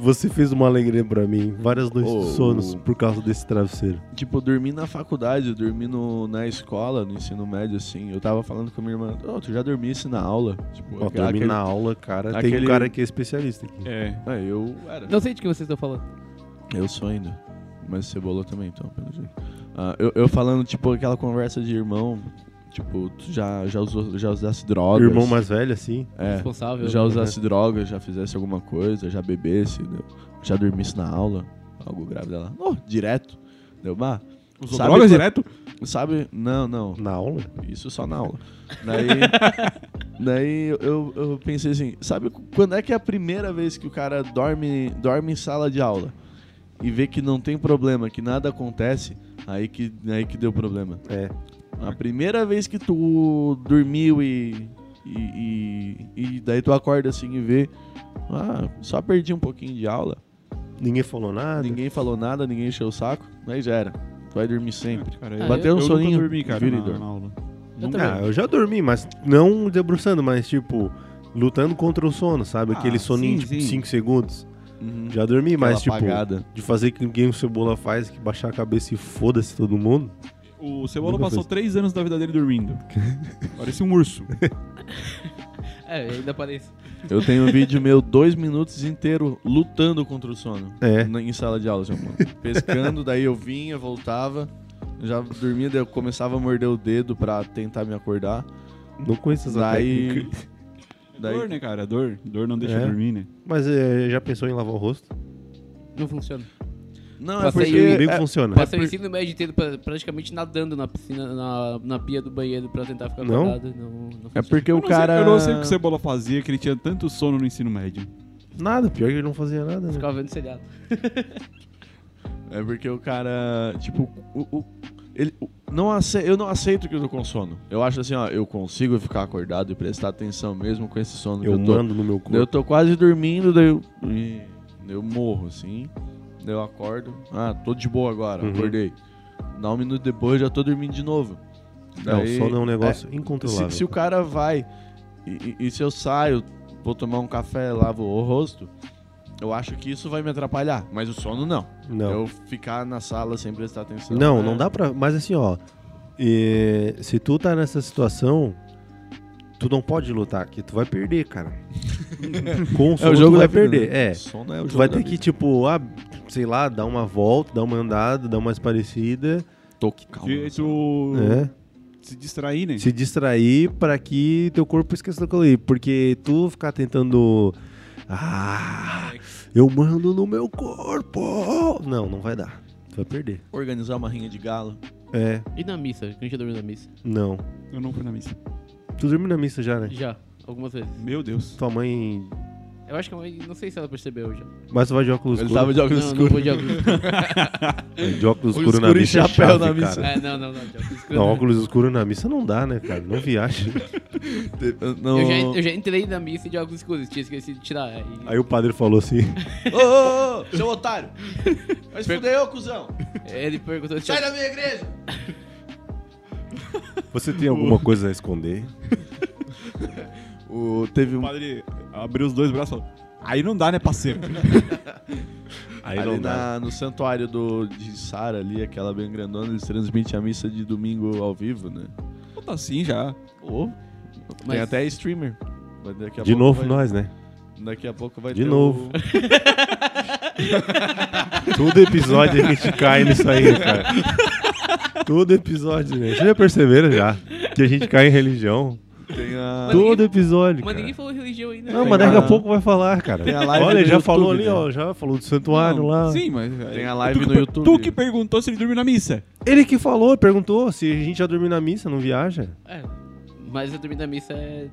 [SPEAKER 1] você fez uma alegria pra mim. Várias noites
[SPEAKER 2] Ô,
[SPEAKER 1] de sonos
[SPEAKER 2] o-
[SPEAKER 1] por causa desse travesseiro.
[SPEAKER 2] Tipo, eu dormi na faculdade, eu dormi no- na escola, no ensino médio, assim. Eu tava falando com a minha irmã, "Ô, tu já dormisse na aula? Tipo,
[SPEAKER 1] Ó,
[SPEAKER 2] aquela-
[SPEAKER 1] dormi
[SPEAKER 2] aquele-
[SPEAKER 1] na aula, cara. Tem um
[SPEAKER 2] aquele-
[SPEAKER 1] cara que é especialista aqui.
[SPEAKER 4] É.
[SPEAKER 2] É, eu era.
[SPEAKER 3] não sei de que vocês estão falando.
[SPEAKER 2] Eu sou ainda. Mas cebola também, então, pelo jeito. Ah, eu, eu falando, tipo, aquela conversa de irmão, tipo, tu já, já, usou, já usasse drogas.
[SPEAKER 1] Irmão mais velho, assim.
[SPEAKER 2] É,
[SPEAKER 3] Responsável. né?
[SPEAKER 2] já usasse drogas, já fizesse alguma coisa, já bebesse, deu, já dormisse na aula, algo grave dela. Oh, direto. Deu, bah.
[SPEAKER 4] Usou
[SPEAKER 2] Sabe
[SPEAKER 4] drogas
[SPEAKER 2] quando-
[SPEAKER 4] direto?
[SPEAKER 2] Sabe? Não, não.
[SPEAKER 1] Na aula?
[SPEAKER 2] Isso só na aula. Daí, daí eu, eu pensei assim, sabe quando é que é a primeira vez que o cara dorme, dorme em sala de aula e vê que não tem problema, que nada acontece, aí que, aí que deu problema.
[SPEAKER 1] É.
[SPEAKER 2] A primeira vez que tu dormiu e, e, e, e daí tu acorda assim e vê, ah, só perdi um pouquinho de aula,
[SPEAKER 1] Ninguém falou nada.
[SPEAKER 2] ninguém falou nada, ninguém encheu o saco, aí já era. Tu vai dormir sempre.
[SPEAKER 4] Cara,
[SPEAKER 3] Ah,
[SPEAKER 2] Bateu
[SPEAKER 4] É, eu
[SPEAKER 2] um
[SPEAKER 4] nunca
[SPEAKER 2] soninho,
[SPEAKER 4] dormi, cara,
[SPEAKER 2] vira e
[SPEAKER 4] na-
[SPEAKER 2] dorme.
[SPEAKER 4] na aula.
[SPEAKER 3] Eu também.
[SPEAKER 1] Ah, eu já dormi, mas não debruçando, mas tipo, lutando contra o sono, sabe? Aquele
[SPEAKER 4] Ah,
[SPEAKER 1] soninho
[SPEAKER 4] sim,
[SPEAKER 1] de
[SPEAKER 4] sim.
[SPEAKER 1] 5 segundos.
[SPEAKER 2] Uhum.
[SPEAKER 1] Já dormi, mas tipo,
[SPEAKER 2] Aquela apagada.
[SPEAKER 1] de fazer que ninguém o Cebola faz, que baixar a cabeça e foda-se todo mundo.
[SPEAKER 4] O Cebola
[SPEAKER 1] Nunca
[SPEAKER 4] passou
[SPEAKER 1] fez.
[SPEAKER 4] três anos da vida dele dormindo. Parecia um urso.
[SPEAKER 3] É, eu ainda pareço.
[SPEAKER 2] Eu tenho um vídeo meu dois minutos inteiro lutando contra o sono.
[SPEAKER 1] É.
[SPEAKER 2] Na- Em sala de aula, assim, mano. pescando, daí eu vinha, voltava, já dormia, daí eu começava a morder o dedo pra tentar me acordar.
[SPEAKER 1] Não conheço essa
[SPEAKER 2] Daí.
[SPEAKER 1] técnica.
[SPEAKER 2] Daí.
[SPEAKER 4] Dor, né, cara? Dor. Dor não deixa
[SPEAKER 1] É.
[SPEAKER 4] dormir, né?
[SPEAKER 1] Mas é, já pensou em lavar o rosto?
[SPEAKER 3] Não funciona.
[SPEAKER 2] Não, é
[SPEAKER 3] Passei
[SPEAKER 2] porque.
[SPEAKER 3] um
[SPEAKER 1] Comigo
[SPEAKER 2] é-
[SPEAKER 1] funciona.
[SPEAKER 3] Passei o ensino médio inteiro pra- praticamente nadando na piscina, na, na pia do banheiro pra tentar ficar
[SPEAKER 1] Não?
[SPEAKER 3] acordado. Não, não
[SPEAKER 2] É
[SPEAKER 3] funciona.
[SPEAKER 2] porque
[SPEAKER 4] eu
[SPEAKER 2] o
[SPEAKER 4] não sei-
[SPEAKER 2] cara.
[SPEAKER 4] eu não sei o que o Cebola fazia, que ele tinha tanto sono no ensino médio.
[SPEAKER 1] Nada, pior que ele não fazia nada, né?
[SPEAKER 3] Ficava vendo seriado.
[SPEAKER 2] É porque o cara, tipo, o, o- ele, o- não ace, eu não aceito que eu tô com sono. Eu acho assim, ó, eu consigo ficar acordado e prestar atenção mesmo com esse sono
[SPEAKER 1] Eu
[SPEAKER 2] que eu tô.
[SPEAKER 1] mando no meu
[SPEAKER 2] Daí um
[SPEAKER 1] corpo.
[SPEAKER 2] Eu tô quase dormindo, daí eu, e- daí eu morro, assim. Daí eu acordo. Ah, tô de boa agora,
[SPEAKER 1] Uhum.
[SPEAKER 2] acordei. Dá um minuto depois, eu já tô dormindo de novo.
[SPEAKER 1] Não,
[SPEAKER 2] Daí-
[SPEAKER 1] o sono é um negócio
[SPEAKER 2] se,
[SPEAKER 1] incontrolável.
[SPEAKER 2] se o cara vai e, e- e se eu saio, vou tomar um café, lavo o rosto, eu acho que isso vai me atrapalhar. Mas é o sono não.
[SPEAKER 1] Não.
[SPEAKER 2] Eu ficar na sala sem prestar atenção.
[SPEAKER 1] Não,
[SPEAKER 2] né?
[SPEAKER 1] não dá pra. Mas assim, ó. eh, se tu tá nessa situação, tu não pode lutar, que tu vai perder, cara. Com o
[SPEAKER 2] É
[SPEAKER 1] sono,
[SPEAKER 2] o jogo
[SPEAKER 1] tu
[SPEAKER 2] da
[SPEAKER 1] vai
[SPEAKER 2] vida,
[SPEAKER 1] perder.
[SPEAKER 2] né?
[SPEAKER 1] É.
[SPEAKER 2] Sono é o
[SPEAKER 1] Tu
[SPEAKER 2] jogo
[SPEAKER 1] vai
[SPEAKER 2] da
[SPEAKER 1] ter que,
[SPEAKER 2] vida.
[SPEAKER 1] tipo, ah, sei lá, dar uma volta, dar uma andada, dar uma esparecida,
[SPEAKER 2] Tô calma.
[SPEAKER 4] E
[SPEAKER 2] Hum.
[SPEAKER 4] tu
[SPEAKER 2] É.
[SPEAKER 1] né?
[SPEAKER 4] se distrair, né?
[SPEAKER 1] Se distrair pra que teu corpo esqueça daquilo ali. Porque tu ficar tentando. Ah, eu mando no meu corpo. Não, não vai dar. Tu vai perder.
[SPEAKER 2] Organizar uma rinha de galo.
[SPEAKER 1] É,
[SPEAKER 3] E na missa? Que a gente dormiu na missa?
[SPEAKER 1] não.
[SPEAKER 4] Eu não fui na missa.
[SPEAKER 1] Tu dormiu na missa já, né?
[SPEAKER 3] Já, algumas vezes.
[SPEAKER 4] Meu Deus.
[SPEAKER 1] Tua mãe
[SPEAKER 3] Eu acho que a mãe, não sei se ela percebeu já.
[SPEAKER 1] Mas tu vai de óculos
[SPEAKER 2] Ele
[SPEAKER 1] escuros.
[SPEAKER 2] tava de óculos
[SPEAKER 3] não, não
[SPEAKER 2] escuros.
[SPEAKER 3] vou de óculos escuros.
[SPEAKER 1] De óculos
[SPEAKER 2] O
[SPEAKER 1] escuros na
[SPEAKER 2] escuro e
[SPEAKER 1] missa. é
[SPEAKER 2] chapéu
[SPEAKER 1] chave,
[SPEAKER 2] na missa.
[SPEAKER 1] cara.
[SPEAKER 3] É, não, não, não, de óculos escuros.
[SPEAKER 1] Não,
[SPEAKER 3] não.
[SPEAKER 1] óculos escuros na missa não dá, né, cara? Não viaja.
[SPEAKER 2] Eu,
[SPEAKER 3] Eu já, eu já entrei na missa de óculos escuros, tinha esquecido de tirar. aí-
[SPEAKER 1] Aí o padre falou assim:
[SPEAKER 2] Ô, ô, ô, seu otário. Mas fudeu, cuzão.
[SPEAKER 3] é, Ele perguntou se
[SPEAKER 2] Sai
[SPEAKER 3] eu-
[SPEAKER 2] da minha igreja.
[SPEAKER 1] Você tem alguma coisa a esconder?
[SPEAKER 2] O, teve
[SPEAKER 4] O
[SPEAKER 2] um...
[SPEAKER 4] padre abriu os dois braços e falou: Aí não dá, né, parceiro?
[SPEAKER 1] Aí
[SPEAKER 2] ali
[SPEAKER 1] não dá.
[SPEAKER 2] na- no santuário do, de Sara ali, aquela bem grandona, eles transmitem a missa de domingo ao vivo, né?
[SPEAKER 4] Pô, tá assim já.
[SPEAKER 2] Ô,
[SPEAKER 3] Mas-
[SPEAKER 2] Tem até streamer. Mas daqui a
[SPEAKER 1] De
[SPEAKER 2] pouco
[SPEAKER 1] novo
[SPEAKER 2] vai-
[SPEAKER 1] nós, né?
[SPEAKER 2] Daqui a pouco vai
[SPEAKER 1] De
[SPEAKER 2] ter
[SPEAKER 1] novo.
[SPEAKER 2] o-
[SPEAKER 1] Todo episódio a gente cai nisso aí, cara. Todo episódio, né? Vocês já perceberam já que a gente cai em religião?
[SPEAKER 2] Tem a...
[SPEAKER 3] Mas
[SPEAKER 1] Todo
[SPEAKER 3] ninguém-
[SPEAKER 1] episódio,
[SPEAKER 3] Mas
[SPEAKER 1] cara.
[SPEAKER 3] ninguém falou religião ainda. né?
[SPEAKER 1] Não,
[SPEAKER 2] Tem
[SPEAKER 1] mas daqui a
[SPEAKER 2] a-
[SPEAKER 1] pouco vai falar, cara.
[SPEAKER 2] tem a live
[SPEAKER 1] Olha,
[SPEAKER 2] no
[SPEAKER 1] ele já
[SPEAKER 2] YouTube,
[SPEAKER 1] falou ali,
[SPEAKER 2] né?
[SPEAKER 1] ó. Já falou do santuário lá.
[SPEAKER 4] Sim, mas.
[SPEAKER 2] Tem a
[SPEAKER 4] é,
[SPEAKER 2] live
[SPEAKER 4] tu que
[SPEAKER 2] no
[SPEAKER 4] per-
[SPEAKER 2] YouTube.
[SPEAKER 4] Tu que perguntou se ele dormiu na missa.
[SPEAKER 1] Ele que falou, perguntou se a gente já dormiu na missa, não viaja.
[SPEAKER 3] É, mas eu dormir na missa é...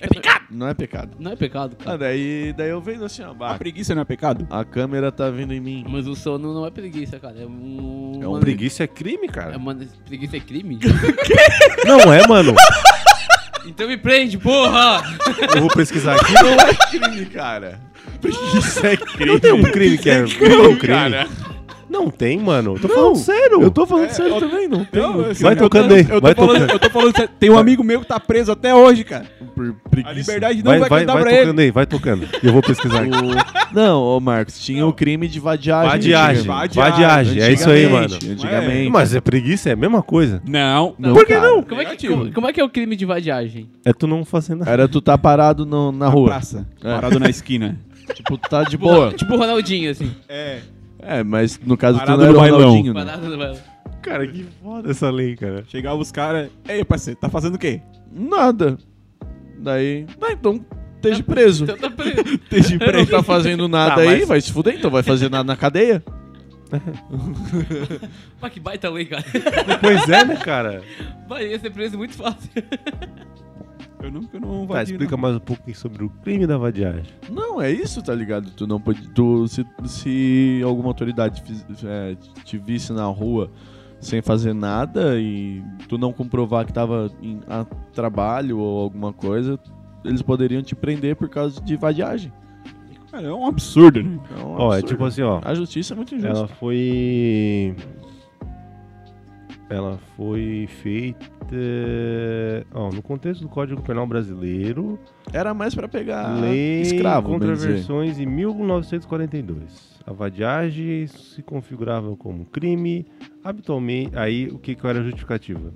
[SPEAKER 4] É pecado!
[SPEAKER 2] Não é pecado.
[SPEAKER 3] Não é pecado, cara.
[SPEAKER 2] Ah, daí, daí eu vendo assim, ó,
[SPEAKER 4] A
[SPEAKER 2] bah,
[SPEAKER 4] preguiça não é pecado?
[SPEAKER 2] a câmera tá vindo em mim.
[SPEAKER 3] Mas o sono não é preguiça, cara. É um...
[SPEAKER 2] É um
[SPEAKER 3] uma-
[SPEAKER 1] Preguiça é crime,
[SPEAKER 3] É
[SPEAKER 1] cara.
[SPEAKER 3] uma... Preguiça é crime?
[SPEAKER 1] Não é, mano.
[SPEAKER 3] então me prende, porra!
[SPEAKER 1] Eu vou pesquisar aqui.
[SPEAKER 2] Não é crime, cara. Isso é crime.
[SPEAKER 1] Não tem um crime que é um crime.
[SPEAKER 2] cara.
[SPEAKER 1] Não tem, mano. Eu tô
[SPEAKER 2] Não,
[SPEAKER 1] falando sério.
[SPEAKER 2] Eu tô falando sério também, não tem.
[SPEAKER 4] Não,
[SPEAKER 1] um Vai
[SPEAKER 4] eu tô-
[SPEAKER 1] tocando aí,
[SPEAKER 4] Eu tô
[SPEAKER 1] vai
[SPEAKER 4] falando,
[SPEAKER 1] tocando.
[SPEAKER 4] eu tô falando sério. Tem um amigo meu que tá preso até hoje, cara.
[SPEAKER 2] Por
[SPEAKER 4] A
[SPEAKER 2] Um preguiça.
[SPEAKER 4] liberdade não
[SPEAKER 1] Vai,
[SPEAKER 4] vai,
[SPEAKER 1] vai,
[SPEAKER 4] cantar
[SPEAKER 1] vai
[SPEAKER 4] pra ele.
[SPEAKER 1] tocando aí, vai tocando. Eu vou pesquisar aqui.
[SPEAKER 2] O- Não, ô Marcos, tinha o crime de vadiagem.
[SPEAKER 1] Vadiagem.
[SPEAKER 4] Vadiagem.
[SPEAKER 1] Vadiagem. É isso aí, mano.
[SPEAKER 2] Antigamente, Antigamente.
[SPEAKER 1] Mas é preguiça, é a mesma coisa.
[SPEAKER 4] Não,
[SPEAKER 1] Por que
[SPEAKER 2] cara.
[SPEAKER 1] não?
[SPEAKER 3] Como é, que,
[SPEAKER 4] Negativo.
[SPEAKER 3] como, como é que é o crime de vadiagem?
[SPEAKER 1] É tu não fazer nada.
[SPEAKER 2] Era tu tá parado no- na
[SPEAKER 4] Na
[SPEAKER 2] rua.
[SPEAKER 4] praça.
[SPEAKER 2] É.
[SPEAKER 4] Parado na esquina.
[SPEAKER 2] Tipo, tu tá de boa.
[SPEAKER 3] Tipo o Ronaldinho, assim.
[SPEAKER 4] É.
[SPEAKER 2] É, mas no caso
[SPEAKER 4] Parado
[SPEAKER 2] tu não era
[SPEAKER 4] no
[SPEAKER 2] o
[SPEAKER 4] bailão.
[SPEAKER 2] Ronaldinho, né?
[SPEAKER 3] Parado no bailão.
[SPEAKER 1] Cara, que foda essa lei, cara.
[SPEAKER 4] Chegava os caras. Ei, parceiro, tá fazendo o quê?
[SPEAKER 2] Nada. Daí, ah, então esteja preso.
[SPEAKER 3] Então tá preso.
[SPEAKER 4] Esteja
[SPEAKER 2] Não tá fazendo nada
[SPEAKER 1] Tá,
[SPEAKER 2] aí,
[SPEAKER 1] mas-
[SPEAKER 2] vai se fuder, então vai fazer nada na cadeia.
[SPEAKER 3] Pá, que baita lei, cara.
[SPEAKER 1] Pois é, né, cara?
[SPEAKER 3] Vai, ia ser preso muito fácil.
[SPEAKER 4] Eu nunca não
[SPEAKER 1] Tá,
[SPEAKER 4] vai.
[SPEAKER 1] explica mais um pouco sobre o crime da vadiagem.
[SPEAKER 2] Não, é isso, tá ligado? Tu não pode. Tu, se, se alguma autoridade fiz- é, te visse na rua sem fazer nada e tu não comprovar que tava em a trabalho ou alguma coisa, eles poderiam te prender por causa de vadiagem.
[SPEAKER 4] Cara, é um absurdo, né?
[SPEAKER 2] É um
[SPEAKER 1] Ó, é
[SPEAKER 2] absurdo.
[SPEAKER 1] tipo assim, ó.
[SPEAKER 2] A justiça é muito injusta.
[SPEAKER 1] Ela foi. Ela foi feita. Ó, no contexto do Código Penal Brasileiro,
[SPEAKER 2] Era mais pra pegar
[SPEAKER 1] lei
[SPEAKER 2] Ah, escravo,
[SPEAKER 1] contra
[SPEAKER 2] bem dizer.
[SPEAKER 1] versões em 1942. A vadiagem se configurava como crime. Habitualmente. Aí, o que, que era a justificativa?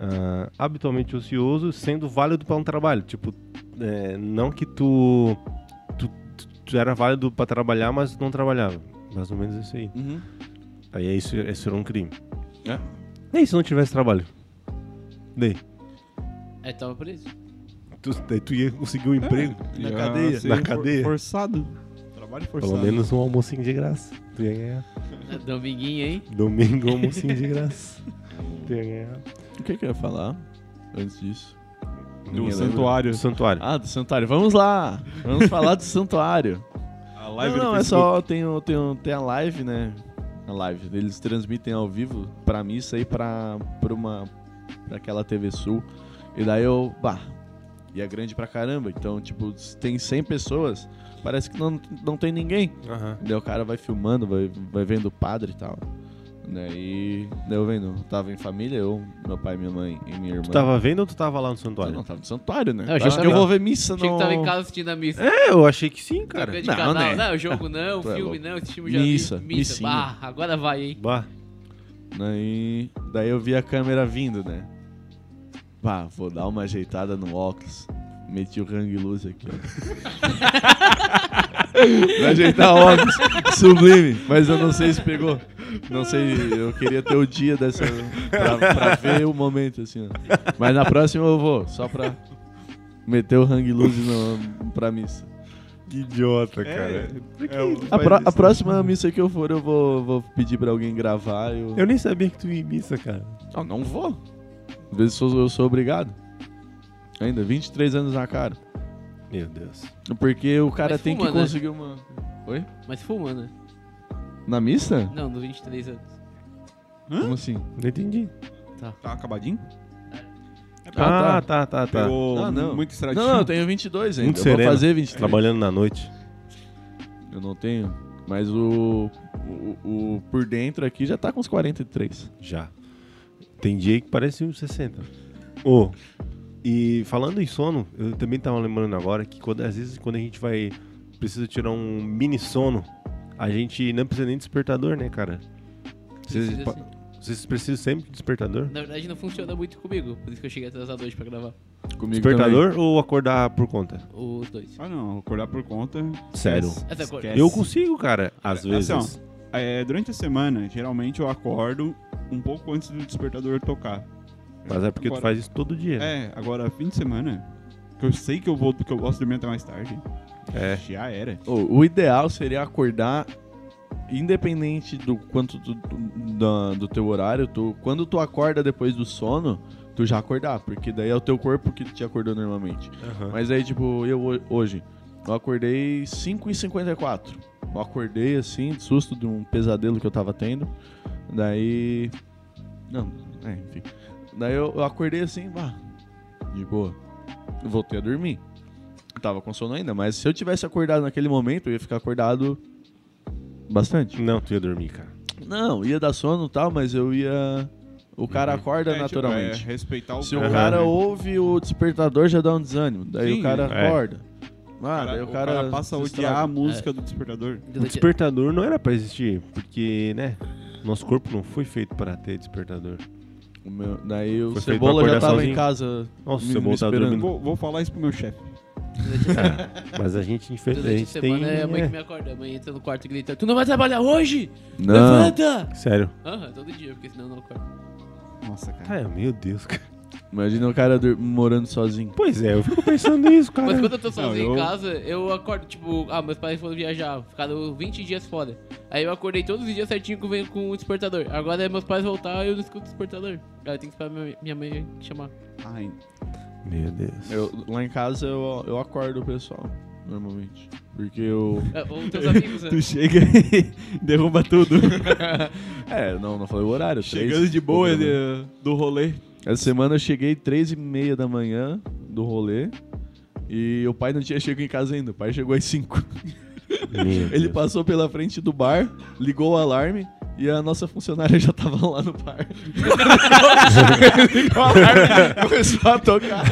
[SPEAKER 1] Ah, habitualmente ocioso, sendo válido para um trabalho. Tipo, é, não que tu, tu, tu era válido pra trabalhar, mas não trabalhava. Mais ou menos isso aí.
[SPEAKER 4] Uhum.
[SPEAKER 1] Aí é isso, isso era um crime.
[SPEAKER 4] É.
[SPEAKER 1] E aí, se não tivesse trabalho? Daí?
[SPEAKER 3] Aí É, tava preso.
[SPEAKER 1] Tu, daí tu ia conseguir
[SPEAKER 2] É.
[SPEAKER 1] um emprego
[SPEAKER 4] Já
[SPEAKER 1] na cadeia.
[SPEAKER 4] sei,
[SPEAKER 1] Na
[SPEAKER 4] for-
[SPEAKER 1] cadeia.
[SPEAKER 4] Ah, Forçado. Trabalho forçado.
[SPEAKER 1] Pelo menos um almocinho de graça. Tu ia ganhar.
[SPEAKER 3] É, Dominguinho, hein?
[SPEAKER 1] Domingo, um almocinho de graça. Tu ia ganhar.
[SPEAKER 2] O que, que eu ia falar antes disso?
[SPEAKER 4] Do
[SPEAKER 1] Ninguém lembra.
[SPEAKER 4] um santuário.
[SPEAKER 1] Santuário.
[SPEAKER 2] Ah, do santuário. Vamos lá! Vamos falar do santuário.
[SPEAKER 4] A live
[SPEAKER 2] não,
[SPEAKER 4] do
[SPEAKER 2] não, é
[SPEAKER 4] Facebook.
[SPEAKER 2] só tem, o- tem, o- tem a live, né? A live. Eles transmitem ao vivo pra missa e pra, pra uma. pra aquela TV Sul. E daí eu. Bah. E é grande pra caramba. Então, tipo, se tem 100 pessoas. Parece que não, não tem ninguém.
[SPEAKER 1] Aham.
[SPEAKER 2] Daí o cara vai filmando, vai, vai vendo o padre e tal. Daí. Daí eu vendo. Tava em família, eu, meu pai, minha mãe e minha irmã.
[SPEAKER 1] Tu tava vendo ou tu tava lá no
[SPEAKER 2] Eu não
[SPEAKER 1] santuário?
[SPEAKER 2] tava no santuário, né?
[SPEAKER 3] Não, É, eu
[SPEAKER 2] eu
[SPEAKER 3] achei
[SPEAKER 2] acho
[SPEAKER 3] que
[SPEAKER 2] que eu
[SPEAKER 3] tava-
[SPEAKER 2] vou ver missa
[SPEAKER 3] Achei
[SPEAKER 2] no...
[SPEAKER 3] que tava em casa assistindo a missa.
[SPEAKER 1] É, eu achei que sim, cara.
[SPEAKER 3] Troca de
[SPEAKER 2] não,
[SPEAKER 3] canal.
[SPEAKER 2] né?
[SPEAKER 3] Não, jogo não,
[SPEAKER 2] Tu é
[SPEAKER 3] filme
[SPEAKER 2] louco.
[SPEAKER 3] não, assistimos já vi.
[SPEAKER 2] Missa,
[SPEAKER 3] missa.
[SPEAKER 2] missinha.
[SPEAKER 3] Bah, agora vai, hein?
[SPEAKER 1] Bah.
[SPEAKER 2] Daí, né? daí eu vi a câmera vindo, né? Pá, vou dar uma ajeitada no óculos. Meti o hang luz aqui, ó. Pra ajeitar o óculos. Sublime. Mas eu não sei se pegou. Não sei, eu queria ter o dia dessa. Pra, pra ver o momento, assim, ó. Mas na próxima eu vou, só pra meter o hang luz no, pra missa.
[SPEAKER 1] Que idiota,
[SPEAKER 4] É, é,
[SPEAKER 2] A,
[SPEAKER 4] faz
[SPEAKER 2] pró-
[SPEAKER 4] isso,
[SPEAKER 2] a
[SPEAKER 4] né?
[SPEAKER 2] próxima missa que eu for, eu vou, vou pedir pra alguém gravar. Eu,
[SPEAKER 1] Eu nem sabia que tu ia em missa, cara.
[SPEAKER 2] Não, não vou. Às vezes sou- eu sou obrigado. Ainda, 23 anos na cara.
[SPEAKER 1] Meu Deus.
[SPEAKER 2] Porque
[SPEAKER 1] Tá
[SPEAKER 2] o cara
[SPEAKER 3] Mas
[SPEAKER 2] tem
[SPEAKER 3] fuma,
[SPEAKER 2] que
[SPEAKER 3] né?
[SPEAKER 2] conseguir uma. Oi?
[SPEAKER 3] Mas fumando, né?
[SPEAKER 2] Na missa?
[SPEAKER 3] Não, dos 23 anos.
[SPEAKER 4] Hã?
[SPEAKER 2] Como assim?
[SPEAKER 1] Não entendi.
[SPEAKER 4] Tá acabadinho? É
[SPEAKER 1] Ah, tá, tá, tá.
[SPEAKER 4] Pegou
[SPEAKER 2] Ah, não.
[SPEAKER 4] muito
[SPEAKER 2] Não,
[SPEAKER 4] estradinho.
[SPEAKER 2] não, eu tenho 22 ainda.
[SPEAKER 1] Muito
[SPEAKER 2] eu
[SPEAKER 1] sereno.
[SPEAKER 2] vou fazer 23.
[SPEAKER 1] Trabalhando na noite.
[SPEAKER 2] Eu não tenho. Mas o, o, o por dentro aqui já tá com uns 43.
[SPEAKER 1] Já. Tem dia que parece uns 60. Ô, e falando em sono, eu também tava lembrando agora que quando- às vezes quando a gente vai. Precisa tirar um mini sono, a gente não precisa nem despertador, né, cara? Vocês,
[SPEAKER 3] Precisa
[SPEAKER 1] pa-
[SPEAKER 3] sim.
[SPEAKER 1] vocês precisam sempre de despertador?
[SPEAKER 3] Na verdade, não funciona muito comigo. Por isso que eu cheguei atrasado hoje pra gravar.
[SPEAKER 2] Comigo
[SPEAKER 1] Despertador ou acordar por conta?
[SPEAKER 3] Os dois.
[SPEAKER 4] Ah, não. Acordar por conta.
[SPEAKER 1] Sério.
[SPEAKER 2] é
[SPEAKER 3] Essa cor.
[SPEAKER 4] Esquece.
[SPEAKER 1] Eu consigo, cara, às
[SPEAKER 4] Assim,
[SPEAKER 1] vezes.
[SPEAKER 4] É, durante a semana, geralmente eu acordo um pouco antes do despertador tocar.
[SPEAKER 1] Mas é porque tu
[SPEAKER 4] Agora-
[SPEAKER 1] faz isso todo dia. né?
[SPEAKER 4] É, agora, fim de semana, que eu sei que eu vou, porque eu gosto de dormir até mais tarde.
[SPEAKER 1] É.
[SPEAKER 4] Já era.
[SPEAKER 2] Ô, o ideal seria acordar, independente do quanto tu- tu- da- do, teu horário, tu, quando tu acorda depois do sono, tu já acordar, porque daí é o teu corpo que te acordou normalmente.
[SPEAKER 3] É.
[SPEAKER 1] Aham.
[SPEAKER 2] Mas aí, tipo, eu ho- hoje, eu acordei 5h54. Eu acordei assim, de susto de um pesadelo que eu tava tendo. Daí. Não, é, enfim. Daí eu, eu acordei assim, bah, de boa. Eu Voltei a dormir. Eu tava com sono ainda, mas se eu tivesse acordado naquele momento, eu ia ficar acordado bastante.
[SPEAKER 1] Não, tu ia dormir, cara.
[SPEAKER 2] Não, ia dar sono e tal, mas eu ia. O cara acorda
[SPEAKER 4] É, tipo,
[SPEAKER 2] naturalmente.
[SPEAKER 4] é, respeitar o
[SPEAKER 2] Se o
[SPEAKER 1] Aham.
[SPEAKER 2] cara ouve o despertador, já dá um desânimo. Daí
[SPEAKER 4] Sim,
[SPEAKER 2] o cara
[SPEAKER 1] é.
[SPEAKER 2] acorda. Ah, daí
[SPEAKER 4] o cara, passa a
[SPEAKER 2] se
[SPEAKER 4] odiar a
[SPEAKER 2] estraga.
[SPEAKER 4] música do despertador.
[SPEAKER 1] O despertador não era pra existir, porque, né? Nosso corpo não foi feito pra ter despertador.
[SPEAKER 2] O meu- daí o
[SPEAKER 1] Foi feito pra
[SPEAKER 2] Cebola já
[SPEAKER 1] acordar
[SPEAKER 2] tava
[SPEAKER 1] sozinho.
[SPEAKER 2] em casa.
[SPEAKER 1] Nossa, o
[SPEAKER 2] me-
[SPEAKER 1] Cebola
[SPEAKER 2] me
[SPEAKER 1] tá
[SPEAKER 2] esperando.
[SPEAKER 1] dormindo.
[SPEAKER 4] Vou, vou falar isso pro meu chefe.
[SPEAKER 1] É, Mas a gente,
[SPEAKER 3] Durante a
[SPEAKER 1] infelizmente, tem.
[SPEAKER 3] semana é a mãe
[SPEAKER 1] é,
[SPEAKER 3] que me acorda. A mãe entra no quarto e grita: Tu não vai trabalhar hoje?
[SPEAKER 2] Não,
[SPEAKER 3] Levanta!
[SPEAKER 1] Sério.
[SPEAKER 3] Aham, todo dia, porque senão eu não acorda.
[SPEAKER 4] Nossa, cara.
[SPEAKER 1] Cara, meu Deus, cara.
[SPEAKER 2] imagina o cara dur- morando sozinho.
[SPEAKER 1] Pois é, eu fico pensando nisso, cara.
[SPEAKER 3] Mas quando eu tô sozinho
[SPEAKER 4] eu-
[SPEAKER 3] em casa, eu acordo, tipo, ah, meus pais foram viajar, ficaram 20 dias fora. Aí eu acordei todos os dias certinho com, com o despertador. Agora é meus pais voltar eu não escuto o despertador. Aí eu tenho que esperar minha, minha mãe chamar.
[SPEAKER 4] Ai,
[SPEAKER 1] Meu Deus.
[SPEAKER 2] Eu- lá em casa eu, eu acordo o pessoal, normalmente. Porque eu.
[SPEAKER 3] É, ou teus amigos, né?
[SPEAKER 4] tu chega e derruba tudo.
[SPEAKER 2] É, não, não falei o horário. três-
[SPEAKER 4] Chegando de boa
[SPEAKER 2] pouco
[SPEAKER 1] né?
[SPEAKER 2] da manhã.
[SPEAKER 4] de- do rolê.
[SPEAKER 2] Essa semana eu cheguei três e meia da manhã do rolê. E o pai não tinha chegado em casa ainda. O pai chegou às 5.
[SPEAKER 1] Meu
[SPEAKER 2] Ele
[SPEAKER 1] Deus.
[SPEAKER 2] passou pela frente do bar, ligou o alarme e a nossa funcionária já tava lá no bar. ligou o alarme, começou a tocar.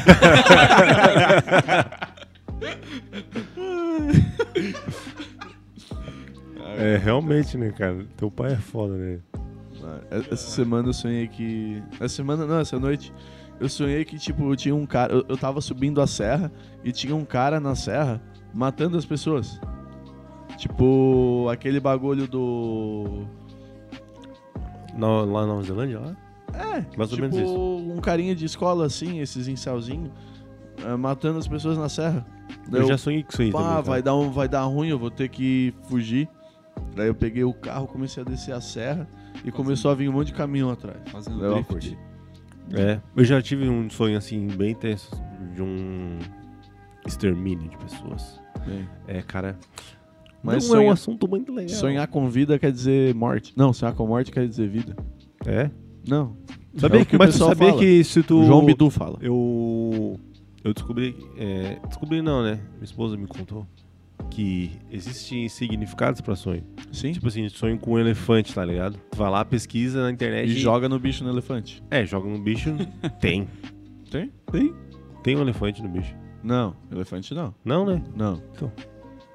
[SPEAKER 1] É, realmente, né, cara? Teu pai é foda, né?
[SPEAKER 2] Ah, Essa semana eu sonhei que. Essa semana, não, essa noite. Eu sonhei que, tipo, tinha um cara. Eu, eu tava subindo a serra e tinha um cara na serra matando as pessoas. Tipo, aquele bagulho do.
[SPEAKER 1] Na- lá na Nova Zelândia, lá?
[SPEAKER 2] É,
[SPEAKER 1] Mais ou
[SPEAKER 2] tipo,
[SPEAKER 1] menos isso.
[SPEAKER 2] um carinha de escola assim, esses incelzinhos, é, matando as pessoas na serra. Daí
[SPEAKER 1] Eu já sonhei com isso aí
[SPEAKER 2] pá,
[SPEAKER 1] também, tá. cara.
[SPEAKER 2] vai dar, um, vai dar ruim, eu vou ter que fugir. Daí eu peguei o carro, comecei a descer a serra e começou a vir um monte de caminhão atrás.
[SPEAKER 4] Fazendo
[SPEAKER 2] Daí eu
[SPEAKER 4] drift.
[SPEAKER 2] acordei.
[SPEAKER 1] É, eu já tive um sonho assim bem tenso de um extermínio de pessoas.
[SPEAKER 2] Bem,
[SPEAKER 1] É, cara.
[SPEAKER 2] Mas
[SPEAKER 1] não é
[SPEAKER 2] sonha-
[SPEAKER 1] um assunto muito legal.
[SPEAKER 2] Sonhar com vida quer dizer morte. Não, sonhar com morte quer dizer vida.
[SPEAKER 1] É.
[SPEAKER 2] Não.
[SPEAKER 1] Sabia
[SPEAKER 2] o
[SPEAKER 1] que,
[SPEAKER 2] que o
[SPEAKER 1] mas tu
[SPEAKER 2] pessoal
[SPEAKER 1] sabia
[SPEAKER 2] fala.
[SPEAKER 1] que se tu
[SPEAKER 2] O João Bidu fala.
[SPEAKER 1] Eu eu descobri, é, descobri não, né? Minha esposa me contou que existem significados pra sonho.
[SPEAKER 2] Sim?
[SPEAKER 1] Tipo assim, sonho com um elefante, tá ligado? Tu vai lá, pesquisa na internet
[SPEAKER 2] E joga no bicho no elefante.
[SPEAKER 1] É, joga no bicho. tem.
[SPEAKER 2] Tem?
[SPEAKER 4] Tem?
[SPEAKER 1] Tem um elefante no bicho.
[SPEAKER 2] Não, elefante não.
[SPEAKER 1] Não, né?
[SPEAKER 2] Não.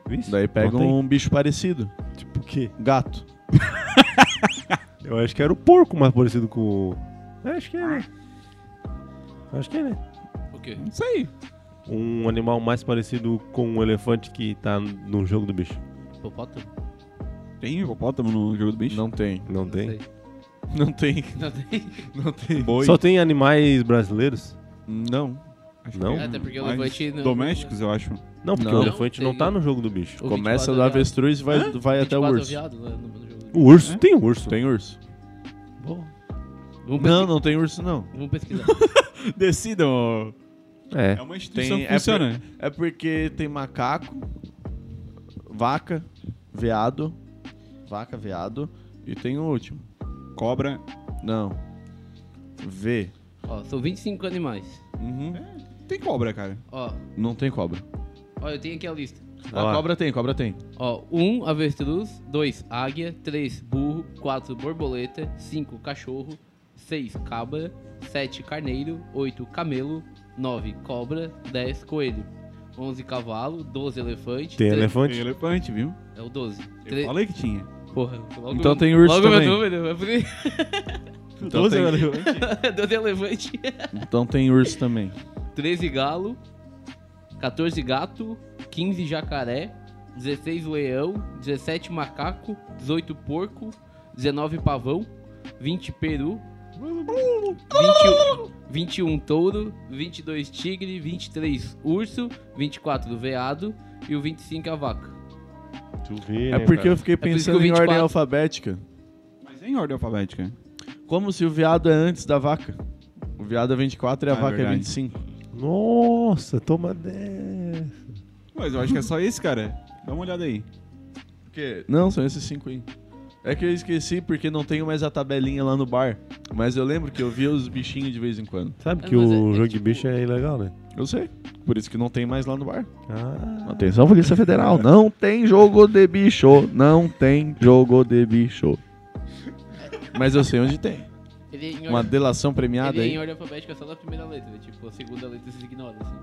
[SPEAKER 1] Vixe,
[SPEAKER 2] Daí pega
[SPEAKER 1] não tem.
[SPEAKER 2] um bicho parecido.
[SPEAKER 1] Tipo o quê?
[SPEAKER 2] Gato.
[SPEAKER 1] Eu acho que era o porco mais parecido com. o- Eu acho que é, né?
[SPEAKER 2] Ah.
[SPEAKER 1] Eu acho que é, né?
[SPEAKER 3] O quê?
[SPEAKER 4] Não sei.
[SPEAKER 1] Um animal mais parecido com um elefante que tá no jogo do bicho.
[SPEAKER 3] Hipopótamo?
[SPEAKER 4] Tem hipopótamo no jogo do bicho?
[SPEAKER 2] Não tem.
[SPEAKER 1] Não tem?
[SPEAKER 3] sei.
[SPEAKER 2] Não tem.
[SPEAKER 3] Não tem.
[SPEAKER 2] Não tem.
[SPEAKER 4] Boi.
[SPEAKER 1] Só tem animais brasileiros?
[SPEAKER 2] Não.
[SPEAKER 4] Acho
[SPEAKER 1] Não?
[SPEAKER 4] que é
[SPEAKER 3] Até porque o
[SPEAKER 4] mais
[SPEAKER 3] elefante não-
[SPEAKER 4] Domésticos, eu acho.
[SPEAKER 1] Não, porque
[SPEAKER 2] Não.
[SPEAKER 1] o elefante não
[SPEAKER 3] Tem-
[SPEAKER 1] tá no jogo do bicho.
[SPEAKER 3] O
[SPEAKER 2] Começa do
[SPEAKER 3] 24 é viado.
[SPEAKER 2] avestruz e vai, vai até o
[SPEAKER 3] 24 é
[SPEAKER 2] urso. Uh.
[SPEAKER 3] viado, né, no- no jogo.
[SPEAKER 1] O urso tem urso.
[SPEAKER 2] Tem urso?
[SPEAKER 1] Bom.
[SPEAKER 3] Vamos pesquisar.
[SPEAKER 2] Não, não tem urso, não.
[SPEAKER 3] Vamos pesquisar.
[SPEAKER 4] Decidam.
[SPEAKER 1] É.
[SPEAKER 4] É uma instituição
[SPEAKER 2] Tem,
[SPEAKER 4] que funciona.
[SPEAKER 2] É, por- é porque tem macaco, vaca, veado, vaca, veado, e tem o último.
[SPEAKER 4] Cobra.
[SPEAKER 2] Não. V.
[SPEAKER 3] Ó, são 25 animais.
[SPEAKER 2] Uhum.
[SPEAKER 4] Tem cobra, cara.
[SPEAKER 3] Ó,
[SPEAKER 2] Não tem cobra.
[SPEAKER 3] ó, eu tenho aqui a lista.
[SPEAKER 1] Vai lá.
[SPEAKER 2] A cobra tem, cobra tem.
[SPEAKER 3] Ó, 1, um, avestruz. 2, águia. 3, burro. 4, borboleta. 5, cachorro. 6, cabra. 7, carneiro. 8, camelo. 9, cobra. 10, coelho. 11, cavalo. 12, elefante.
[SPEAKER 1] Tem
[SPEAKER 3] tre-
[SPEAKER 4] Tem
[SPEAKER 1] elefante.
[SPEAKER 4] elefante, viu?
[SPEAKER 3] É o 12.
[SPEAKER 4] Eu
[SPEAKER 3] Tre-
[SPEAKER 4] falei que tinha.
[SPEAKER 3] Porra, logo
[SPEAKER 2] Então
[SPEAKER 3] meu-
[SPEAKER 2] tem urso
[SPEAKER 3] logo meu
[SPEAKER 2] também.
[SPEAKER 3] número, vai por aí.
[SPEAKER 2] Então,
[SPEAKER 4] Doze
[SPEAKER 2] tem,
[SPEAKER 4] elefante.
[SPEAKER 3] 12 elefante.
[SPEAKER 2] então tem urso também.
[SPEAKER 3] 13 galo, 14 gato, 15 jacaré, 16 leão, 17 macaco, 18 porco, 19 pavão, 20 peru, 20 21 touro, 22 tigre, 23 urso, 24 veado e o 25 a vaca.
[SPEAKER 1] Tu vê,
[SPEAKER 2] É porque eu fiquei
[SPEAKER 3] por isso que
[SPEAKER 2] pensando
[SPEAKER 3] o
[SPEAKER 2] em
[SPEAKER 3] 24
[SPEAKER 2] ordem alfabética.
[SPEAKER 4] Mas é em ordem alfabética.
[SPEAKER 2] Como se o veado é antes da vaca. O veado é 24 e a
[SPEAKER 4] Ah, é
[SPEAKER 2] vaca é
[SPEAKER 4] verdade.
[SPEAKER 2] 25.
[SPEAKER 1] Nossa, toma 10.
[SPEAKER 4] Mas eu acho que é só esse, cara. Dá uma olhada aí.
[SPEAKER 2] Porque- Não, são esses cinco aí. É que eu esqueci porque não tenho mais a tabelinha lá no bar. Mas eu lembro que eu via os bichinhos de vez em quando.
[SPEAKER 1] Sabe
[SPEAKER 3] É,
[SPEAKER 1] que
[SPEAKER 3] mas é-
[SPEAKER 1] o
[SPEAKER 3] é
[SPEAKER 1] jogo de
[SPEAKER 3] tipo-
[SPEAKER 1] bicho é ilegal, né?
[SPEAKER 2] Eu sei. Por isso que não tem mais lá no bar.
[SPEAKER 1] Ah.
[SPEAKER 2] Atenção, Polícia Federal. Não tem jogo de bicho. Não tem jogo de bicho. Mas eu sei onde tem.
[SPEAKER 3] Ele é em
[SPEAKER 2] Uma
[SPEAKER 3] ordem,
[SPEAKER 2] delação premiada
[SPEAKER 3] ele é em
[SPEAKER 2] aí.
[SPEAKER 3] ordem alfabética só na primeira letra, né? tipo, a segunda letra se ignora, assim.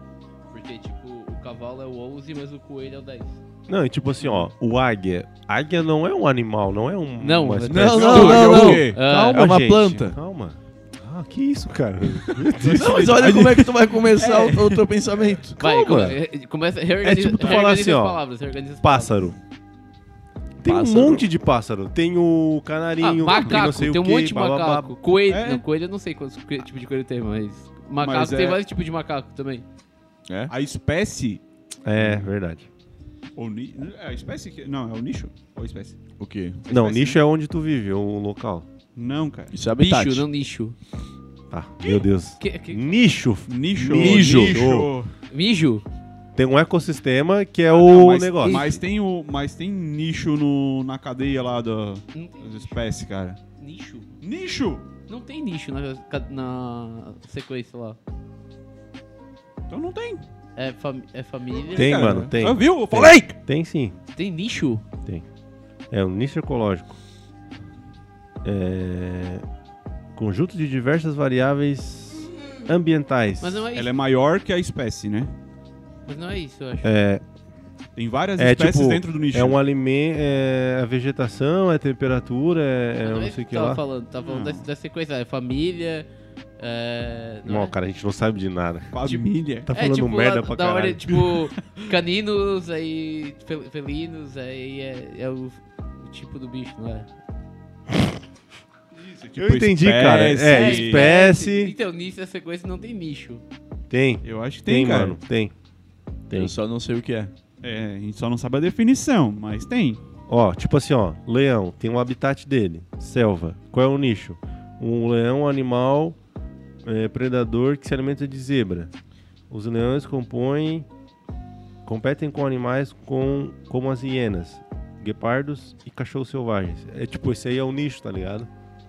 [SPEAKER 3] Porque, tipo, o cavalo é o 11, mas o coelho é o 10.
[SPEAKER 1] Não, e tipo assim, ó, o águia. Águia não é um animal, não é um.
[SPEAKER 3] Não,
[SPEAKER 1] uma
[SPEAKER 3] não,
[SPEAKER 1] espécie.
[SPEAKER 4] não, não, não.
[SPEAKER 3] Ah,
[SPEAKER 1] Calma,
[SPEAKER 2] É uma
[SPEAKER 1] gente,
[SPEAKER 2] planta.
[SPEAKER 1] Calma. Ah, que isso, cara?
[SPEAKER 2] Não, mas olha como é que tu vai começar o, o teu pensamento.
[SPEAKER 1] Calma.
[SPEAKER 3] Vai, come- começa, reorganiza,
[SPEAKER 1] É tipo tu falar
[SPEAKER 3] reorganiza
[SPEAKER 1] assim,
[SPEAKER 3] as
[SPEAKER 1] ó,
[SPEAKER 3] palavras, reorganiza as
[SPEAKER 1] Pássaro. Tem
[SPEAKER 2] Pássaro.
[SPEAKER 1] um monte de pássaro. Tem o
[SPEAKER 3] palavras.
[SPEAKER 1] canarinho,
[SPEAKER 3] Ah,
[SPEAKER 1] tem
[SPEAKER 3] macaco,
[SPEAKER 1] não sei
[SPEAKER 3] tem,
[SPEAKER 1] o
[SPEAKER 3] um
[SPEAKER 1] quê,
[SPEAKER 3] monte de
[SPEAKER 1] bababá.
[SPEAKER 3] macaco. Coelho,
[SPEAKER 4] É.
[SPEAKER 3] não, coelho eu não sei quantos que- tipo de coelho tem, mas... Macaco
[SPEAKER 4] Mas
[SPEAKER 3] tem
[SPEAKER 4] é-
[SPEAKER 3] vários tipos de macaco também.
[SPEAKER 2] É?
[SPEAKER 4] A espécie.
[SPEAKER 1] É, verdade.
[SPEAKER 4] Ou ni... É a espécie que. Não, é o nicho? Ou a espécie?
[SPEAKER 2] O quê?
[SPEAKER 4] A
[SPEAKER 1] Não,
[SPEAKER 4] espécie,
[SPEAKER 3] um
[SPEAKER 1] nicho é onde tu vive, é o local.
[SPEAKER 4] né? Não, cara.
[SPEAKER 2] Isso é
[SPEAKER 3] Bicho,
[SPEAKER 2] habitat.
[SPEAKER 3] não nicho.
[SPEAKER 1] Tá, meu Deus.
[SPEAKER 3] Que, que,
[SPEAKER 1] Nicho.
[SPEAKER 4] Nicho.
[SPEAKER 1] Nicho. Hum?
[SPEAKER 3] mijo?
[SPEAKER 1] Tem um ecossistema que é
[SPEAKER 3] Ah,
[SPEAKER 4] Não,
[SPEAKER 1] o
[SPEAKER 4] mas,
[SPEAKER 1] negócio.
[SPEAKER 4] Mas tem, o, mas tem nicho no, na cadeia lá da-
[SPEAKER 3] Não tem
[SPEAKER 4] das espécies, cara.
[SPEAKER 3] nicho.
[SPEAKER 4] Nicho!
[SPEAKER 3] Não tem nicho na, ca- na sequência lá.
[SPEAKER 4] Então não tem.
[SPEAKER 3] É, fami- é família.
[SPEAKER 1] Tem,
[SPEAKER 4] cara.
[SPEAKER 1] mano, tem.
[SPEAKER 4] Ah, viu? Eu
[SPEAKER 1] Tem.
[SPEAKER 4] falei!
[SPEAKER 1] Tem sim.
[SPEAKER 3] Tem nicho?
[SPEAKER 1] É um nicho ecológico. É... Conjunto de diversas variáveis ambientais.
[SPEAKER 3] Mas não é isso.
[SPEAKER 4] Ela é maior que a espécie, né?
[SPEAKER 3] Mas não é isso, eu acho.
[SPEAKER 1] É,
[SPEAKER 4] Tem várias
[SPEAKER 1] é
[SPEAKER 4] espécies
[SPEAKER 1] tipo,
[SPEAKER 4] dentro do nicho.
[SPEAKER 1] é
[SPEAKER 3] né?
[SPEAKER 1] um alimento, é a vegetação, é a temperatura, é, é
[SPEAKER 3] Mas
[SPEAKER 1] eu
[SPEAKER 3] é
[SPEAKER 1] não
[SPEAKER 3] isso
[SPEAKER 1] sei o que
[SPEAKER 3] tava
[SPEAKER 1] lá. Hum.
[SPEAKER 3] falando, tava falando
[SPEAKER 4] Não.
[SPEAKER 3] da, da sequência, é família, É, não
[SPEAKER 1] Não,
[SPEAKER 3] é?
[SPEAKER 1] cara, a gente não sabe de nada.
[SPEAKER 4] Família.
[SPEAKER 1] Tá
[SPEAKER 3] É,
[SPEAKER 1] falando
[SPEAKER 3] tipo,
[SPEAKER 1] merda
[SPEAKER 3] lá
[SPEAKER 1] pra
[SPEAKER 3] da
[SPEAKER 1] caralho.
[SPEAKER 3] hora, tipo, caninos, aí fel- felinos, aí é, é o, o tipo do bicho, não é?
[SPEAKER 1] eu entendi, cara. É,
[SPEAKER 4] espécie.
[SPEAKER 1] espécie.
[SPEAKER 3] Então, nisso, a sequência não tem nicho.
[SPEAKER 1] Tem,
[SPEAKER 4] Eu acho que
[SPEAKER 1] tem,
[SPEAKER 4] tem, cara.
[SPEAKER 1] mano. Tem. Tem.
[SPEAKER 2] Eu só não sei o que é.
[SPEAKER 4] É, a gente só não sabe a definição, mas tem.
[SPEAKER 1] Ó, tipo assim, ó. Leão, tem um habitat dele. Selva. Qual é o nicho? Um leão é um animal é, predador que se alimenta de zebra. Os leões compõem... Competem com animais com, como as hienas, guepardos e cachorros selvagens. É tipo, esse aí é o nicho, tá ligado?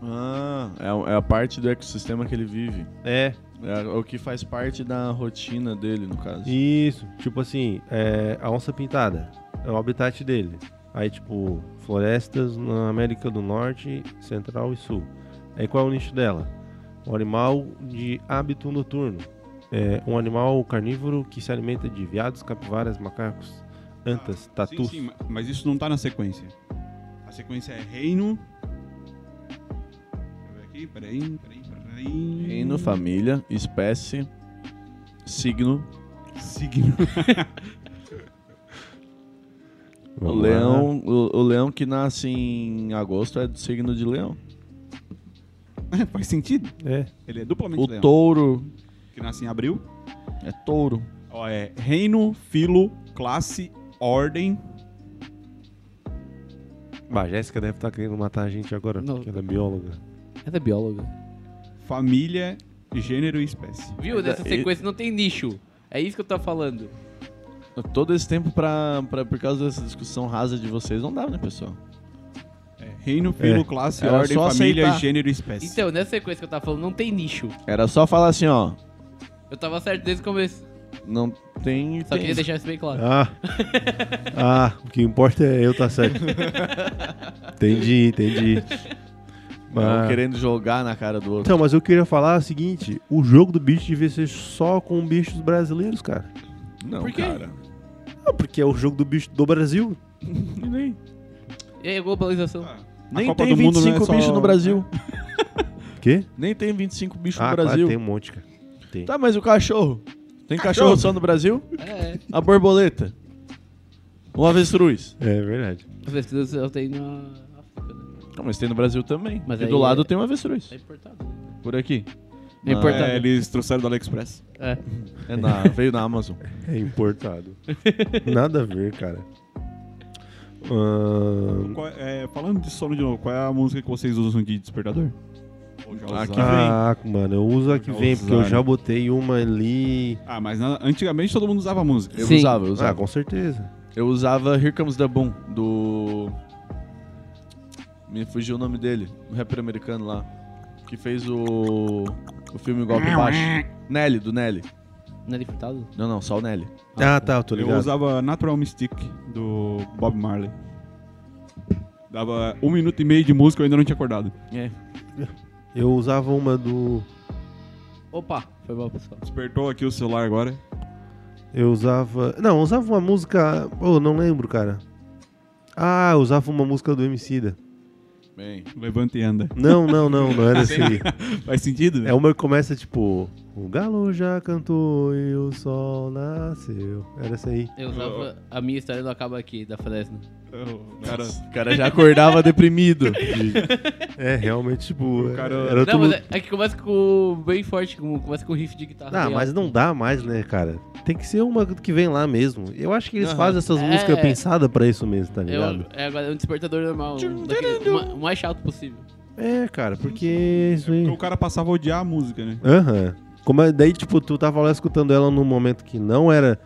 [SPEAKER 2] Ah, é, a- é a parte do ecossistema que ele vive.
[SPEAKER 1] É,
[SPEAKER 2] É a- o que faz parte da rotina dele, no caso.
[SPEAKER 1] Isso, tipo assim, é, a onça pintada é o habitat dele. Aí, tipo, florestas na América do Norte, Central e Sul. Aí qual é o nicho dela? Um animal de hábito noturno. É um animal carnívoro que se alimenta de veados, capivaras, macacos, antas,
[SPEAKER 2] Tá
[SPEAKER 1] tatus.
[SPEAKER 4] Sim, sim, ma- mas isso não tá na sequência. A sequência é reino. Deixa eu ver aqui, peraí, peraí, peraí.
[SPEAKER 2] Reino, família, espécie, signo.
[SPEAKER 4] Signo.
[SPEAKER 2] O
[SPEAKER 1] Vamos lá.
[SPEAKER 2] leão, o, o leão que nasce em agosto é do signo de leão.
[SPEAKER 4] É, Faz sentido.
[SPEAKER 1] É.
[SPEAKER 4] Ele é duplamente
[SPEAKER 2] O
[SPEAKER 4] leão.
[SPEAKER 2] touro
[SPEAKER 4] Que nasce em abril.
[SPEAKER 2] é touro.
[SPEAKER 4] Ó, é reino, filo, classe, ordem.
[SPEAKER 1] Bah, a Jéssica deve estar querendo matar a gente agora,
[SPEAKER 3] Não.
[SPEAKER 1] porque ela é bióloga.
[SPEAKER 3] Ela é bióloga.
[SPEAKER 4] família, gênero e espécie.
[SPEAKER 3] Viu?
[SPEAKER 2] Mas
[SPEAKER 3] Nessa
[SPEAKER 2] aí-
[SPEAKER 3] sequência não tem nicho. É isso que eu tô falando.
[SPEAKER 2] Todo esse tempo pra, pra, por causa dessa discussão rasa de vocês, não dá, né, pessoal?
[SPEAKER 4] É, reino, filo,
[SPEAKER 1] É.
[SPEAKER 4] classe,
[SPEAKER 2] Era
[SPEAKER 4] ordem,
[SPEAKER 2] só
[SPEAKER 4] família,
[SPEAKER 2] aceitar.
[SPEAKER 4] gênero e espécie.
[SPEAKER 3] Então, nessa sequência que eu tava falando, não tem nicho.
[SPEAKER 2] Era só falar assim, ó.
[SPEAKER 3] Eu tava certo desde o começo.
[SPEAKER 2] Não tem.
[SPEAKER 3] Só queria
[SPEAKER 2] tem-
[SPEAKER 3] deixar isso bem claro.
[SPEAKER 1] Ah, ah, o que importa é eu tá certo. entendi, entendi.
[SPEAKER 2] Não
[SPEAKER 1] Mas-
[SPEAKER 2] um querendo jogar na cara do outro.
[SPEAKER 1] Então, mas eu queria falar o seguinte: o jogo do bicho devia ser só com bichos brasileiros, cara.
[SPEAKER 2] Não,
[SPEAKER 3] Por quê?
[SPEAKER 2] cara.
[SPEAKER 1] Ah, porque é o jogo do bicho do Brasil.
[SPEAKER 2] Nem,
[SPEAKER 3] E aí, a globalização?
[SPEAKER 4] Ah,
[SPEAKER 2] nem
[SPEAKER 4] Copa
[SPEAKER 2] tem
[SPEAKER 4] do Mundo não é
[SPEAKER 2] 25 bichos
[SPEAKER 4] só-
[SPEAKER 2] no Brasil.
[SPEAKER 1] O quê?
[SPEAKER 2] Nem tem 25 bichos
[SPEAKER 1] Ah,
[SPEAKER 2] no
[SPEAKER 1] claro,
[SPEAKER 2] Brasil.
[SPEAKER 1] tem um monte, cara. Tem.
[SPEAKER 2] Tá, mas o cachorro? Tem cachorro, só no Brasil?
[SPEAKER 3] É, é.
[SPEAKER 2] A borboleta? O avestruz?
[SPEAKER 1] É verdade.
[SPEAKER 3] Os vestidos eu tenho na África, né?
[SPEAKER 2] Não, mas tem no Brasil também.
[SPEAKER 3] Mas
[SPEAKER 2] e
[SPEAKER 3] aí
[SPEAKER 2] do lado
[SPEAKER 3] é-
[SPEAKER 2] tem um avestruz.
[SPEAKER 3] É importado. né?
[SPEAKER 2] Por aqui.
[SPEAKER 3] É importado.
[SPEAKER 4] é, eles trouxeram do AliExpress.
[SPEAKER 3] É.
[SPEAKER 2] É na... Veio na Amazon.
[SPEAKER 1] É importado. Nada a ver, cara. Ahn,
[SPEAKER 4] Qual é- é, falando de sono de novo, qual é a música que vocês usam de despertador? Ou já
[SPEAKER 2] Ah,
[SPEAKER 4] usaram?
[SPEAKER 2] que vem.
[SPEAKER 1] Ah, mano, eu uso a que
[SPEAKER 4] Já
[SPEAKER 1] vem, porque eu
[SPEAKER 4] usaram.
[SPEAKER 1] já botei uma ali.
[SPEAKER 4] Ah, mas na- antigamente todo mundo usava música.
[SPEAKER 2] Eu
[SPEAKER 3] Sim.
[SPEAKER 2] usava, eu
[SPEAKER 1] Ah,
[SPEAKER 2] usava.
[SPEAKER 1] com certeza.
[SPEAKER 2] Eu usava Here Comes the Boom, do... Me fugiu o nome dele. Um rapper americano lá. Que fez o... O filme Golpe Baixo.
[SPEAKER 3] é.
[SPEAKER 2] Nelly, do Nelly.
[SPEAKER 3] Não é importado?
[SPEAKER 2] Não, não, só o Nelly.
[SPEAKER 1] Ah, tá, eu tô
[SPEAKER 4] Eu
[SPEAKER 1] ligado.
[SPEAKER 4] usava Natural Mystic, do Bob Marley. Dava um minuto e meio de música, eu ainda não tinha acordado.
[SPEAKER 2] É.
[SPEAKER 1] Eu usava uma do.
[SPEAKER 3] Opa, foi mal, pessoal.
[SPEAKER 4] Despertou aqui o celular agora.
[SPEAKER 1] Eu usava. Não, eu usava uma música. Pô, não lembro, cara. Ah, eu usava uma música do Emicida.
[SPEAKER 2] Bem...
[SPEAKER 4] Levanta e anda.
[SPEAKER 1] Não, não, não, não era assim.
[SPEAKER 4] Faz sentido?
[SPEAKER 1] É uma que começa tipo. O galo já cantou e o sol nasceu. Era essa aí.
[SPEAKER 3] Eu usava a minha história não acaba aqui, da Fresno.
[SPEAKER 4] O cara,
[SPEAKER 2] O cara já acordava deprimido.
[SPEAKER 1] É, realmente, tipo.
[SPEAKER 4] O cara-
[SPEAKER 1] Era outro...
[SPEAKER 3] Não, mas é, é que começa com bem forte, com- começa com riff de guitarra.
[SPEAKER 1] Ah,
[SPEAKER 3] bem
[SPEAKER 1] mas
[SPEAKER 3] alto.
[SPEAKER 1] não dá mais, né, cara? Tem que ser uma que vem lá mesmo. Eu acho que eles
[SPEAKER 2] Aham.
[SPEAKER 1] fazem essas músicas
[SPEAKER 3] É.
[SPEAKER 1] pensadas pra isso mesmo, tá
[SPEAKER 3] É,
[SPEAKER 1] ligado?
[SPEAKER 3] um- é, agora é um despertador normal. um daquele- ma- o mais chato possível.
[SPEAKER 1] É, cara, porque isso aí.
[SPEAKER 4] porque o cara passava a odiar a música, né?
[SPEAKER 1] Aham. Como é- daí, tipo, tu tava lá escutando ela num momento que não era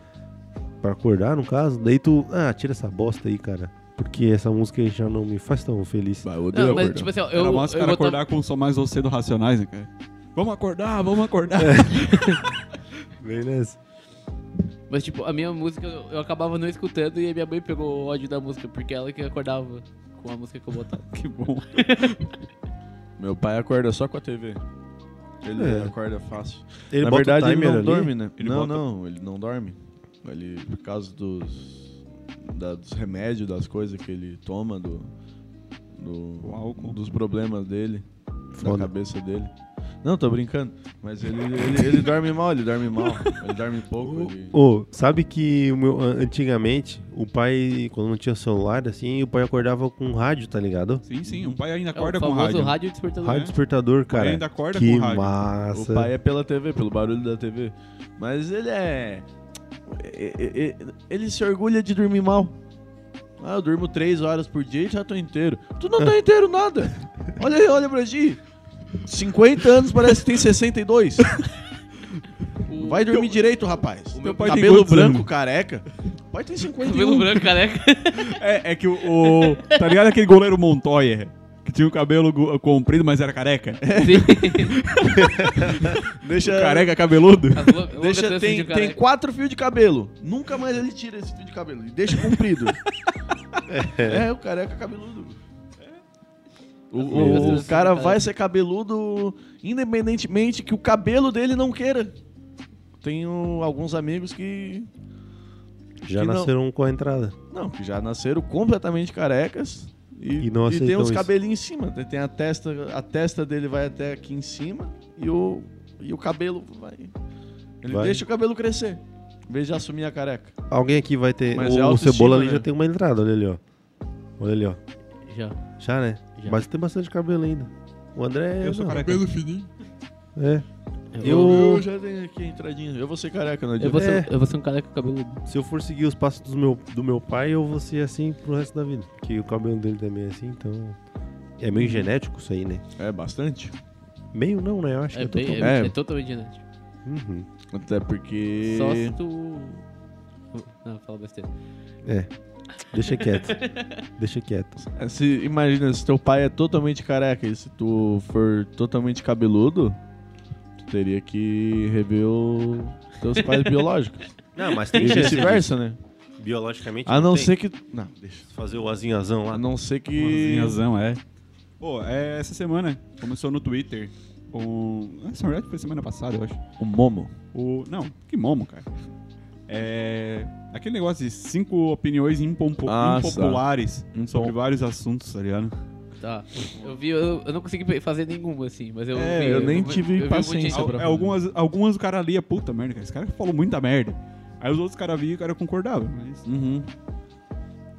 [SPEAKER 1] pra acordar, no caso, daí tu. Ah, tira essa bosta aí, cara. Porque essa música aí já não me faz tão feliz.
[SPEAKER 2] Bah, eu odeio
[SPEAKER 3] Não, mas
[SPEAKER 2] acordar.
[SPEAKER 3] tipo assim, ó, eu,
[SPEAKER 4] Era
[SPEAKER 3] eu
[SPEAKER 4] massa o cara
[SPEAKER 3] botava-
[SPEAKER 4] acordar com o som mais você do Racionais, né, cara? Vamos acordar, vamos acordar.
[SPEAKER 2] É.
[SPEAKER 1] Beleza.
[SPEAKER 3] Mas tipo, a minha música eu, eu acabava não escutando e a minha mãe pegou o ódio da música, porque ela que acordava com a música que eu botava.
[SPEAKER 4] que bom.
[SPEAKER 3] tipo-
[SPEAKER 2] Meu pai acorda só com a TV. Ele
[SPEAKER 1] É.
[SPEAKER 2] acorda fácil.
[SPEAKER 1] Ele
[SPEAKER 2] Na
[SPEAKER 1] bota
[SPEAKER 2] verdade,
[SPEAKER 1] o
[SPEAKER 2] ele
[SPEAKER 1] timer
[SPEAKER 2] não
[SPEAKER 1] ali.
[SPEAKER 2] dorme, né?
[SPEAKER 4] Ele
[SPEAKER 2] não,
[SPEAKER 4] bota-
[SPEAKER 2] não, ele não dorme. Ele, por causa dos, da- dos remédios, das coisas que ele toma, do, do
[SPEAKER 4] O álcool.
[SPEAKER 2] dos problemas dele,
[SPEAKER 1] Foda.
[SPEAKER 2] da cabeça dele. Não, tô brincando. Mas ele, ele, ele dorme mal, ele dorme mal. Ele dorme pouco. ele-
[SPEAKER 1] Ô, sabe que o meu- an- antigamente, o pai, quando não tinha celular, assim, o pai acordava com rádio, tá ligado?
[SPEAKER 4] Sim, sim, um pai ainda
[SPEAKER 3] É o
[SPEAKER 4] acorda com
[SPEAKER 3] famoso
[SPEAKER 4] rádio.
[SPEAKER 3] rádio despertador. né?
[SPEAKER 1] Rádio despertador, cara.
[SPEAKER 4] ainda acorda
[SPEAKER 1] que
[SPEAKER 4] com rádio.
[SPEAKER 1] massa.
[SPEAKER 2] O pai é pela TV, pelo barulho da TV. Mas ele é. e- e- e- Ele se orgulha de dormir mal. Ah, eu durmo três horas por dia e já tô inteiro. Tu não tá inteiro nada. Olha aí, olha pra ti. 50 anos parece que tem 62.
[SPEAKER 3] O
[SPEAKER 2] Vai dormir direito, rapaz.
[SPEAKER 3] o meu
[SPEAKER 4] pai tem
[SPEAKER 2] Cabelo
[SPEAKER 4] quantos
[SPEAKER 2] branco,
[SPEAKER 4] anos?
[SPEAKER 2] careca. Pai tem 51.
[SPEAKER 3] cabelo branco, careca.
[SPEAKER 4] É, é que o, o- Tá ligado aquele goleiro Montoya? Que tinha o cabelo gu- comprido, mas era careca.
[SPEAKER 3] Sim.
[SPEAKER 2] Deixa,
[SPEAKER 4] Careca cabeludo.
[SPEAKER 3] As lou- longas
[SPEAKER 2] deixa
[SPEAKER 3] tranças de
[SPEAKER 2] tem, tem
[SPEAKER 3] careca.
[SPEAKER 2] quatro fios de cabelo. Nunca mais ele tira esse fio de cabelo. E deixa comprido. é. o careca cabeludo. O, o- o cara vai ser cabeludo independentemente que o cabelo dele não queira. Tenho alguns amigos que.
[SPEAKER 1] Já
[SPEAKER 2] que não-
[SPEAKER 1] nasceram com a entrada.
[SPEAKER 2] Não, que já nasceram completamente carecas. E,
[SPEAKER 1] E não
[SPEAKER 2] e tem
[SPEAKER 1] aceitam
[SPEAKER 2] uns
[SPEAKER 1] isso.
[SPEAKER 2] cabelinhos em cima. Tem- Tem a testa, a testa dele vai até aqui em cima e o, e o cabelo vai. Ele
[SPEAKER 1] Vai.
[SPEAKER 2] deixa o cabelo crescer. Em vez de assumir a careca.
[SPEAKER 1] Alguém aqui vai ter.
[SPEAKER 2] Mas
[SPEAKER 1] o,
[SPEAKER 2] é
[SPEAKER 1] o
[SPEAKER 2] autoestima,
[SPEAKER 1] Cebola ali
[SPEAKER 2] né?
[SPEAKER 1] já tem uma entrada, olha ali, ó. Olha ali, ó.
[SPEAKER 3] Já.
[SPEAKER 1] Já, né?
[SPEAKER 3] Já.
[SPEAKER 1] Mas tem bastante cabelo ainda. O André.
[SPEAKER 4] Eu sou
[SPEAKER 1] não.
[SPEAKER 4] careca.
[SPEAKER 1] É.
[SPEAKER 2] Eu,
[SPEAKER 1] Eu,
[SPEAKER 2] já tenho aqui a entradinha. Eu vou ser careca, não
[SPEAKER 3] Eu
[SPEAKER 2] adianta.
[SPEAKER 3] vou, ser, eu vou ser um careca com cabelo.
[SPEAKER 1] se eu for seguir os passos do meu, do meu pai, eu vou ser assim pro resto da vida. Porque o cabelo dele também é assim, então. É meio genético isso aí, né?
[SPEAKER 2] É bastante.
[SPEAKER 1] Meio não, né? Eu acho
[SPEAKER 3] É,
[SPEAKER 1] que é
[SPEAKER 3] bem,
[SPEAKER 1] total.
[SPEAKER 3] é,
[SPEAKER 2] É.
[SPEAKER 3] é totalmente genético.
[SPEAKER 1] Uhum.
[SPEAKER 2] Até porque.
[SPEAKER 3] Só se tu. Não, fala besteira.
[SPEAKER 1] Deixa quieto. Deixa quieto.
[SPEAKER 2] É, se- imagina, se teu pai é totalmente careca e se tu for totalmente cabeludo, tu teria que rever os teus pais biológicos.
[SPEAKER 1] Não, mas
[SPEAKER 2] E vice-versa,
[SPEAKER 3] assim.
[SPEAKER 2] né?
[SPEAKER 1] Biologicamente.
[SPEAKER 2] A não ser que. Não, deixa.
[SPEAKER 1] Fazer o azinhazão
[SPEAKER 2] A
[SPEAKER 1] lá.
[SPEAKER 2] não ser que.
[SPEAKER 4] Tem
[SPEAKER 1] né?
[SPEAKER 4] razão, é. Pô, é, essa semana começou no Twitter. Um... Essa na verdade foi semana passada, eu acho.
[SPEAKER 2] O Momo.
[SPEAKER 4] O... Não, que momo, cara. É. Aquele negócio de cinco opiniões impompo-
[SPEAKER 2] Ah,
[SPEAKER 4] impopulares
[SPEAKER 2] Impom-
[SPEAKER 4] sobre vários assuntos, tá ligado?
[SPEAKER 3] Tá. Eu vi, eu, eu não consegui pe- fazer nenhuma, assim, mas eu.
[SPEAKER 2] É,
[SPEAKER 3] vi,
[SPEAKER 2] eu nem
[SPEAKER 3] vi-
[SPEAKER 2] tive
[SPEAKER 3] eu vi um monte de
[SPEAKER 2] paciência
[SPEAKER 3] gente-
[SPEAKER 2] pra-
[SPEAKER 4] Al- é, algumas, algumas o cara lia, puta merda, cara. Esse cara falou muita merda. Aí os outros caras viam e o cara concordava. Mas...
[SPEAKER 2] Uhum.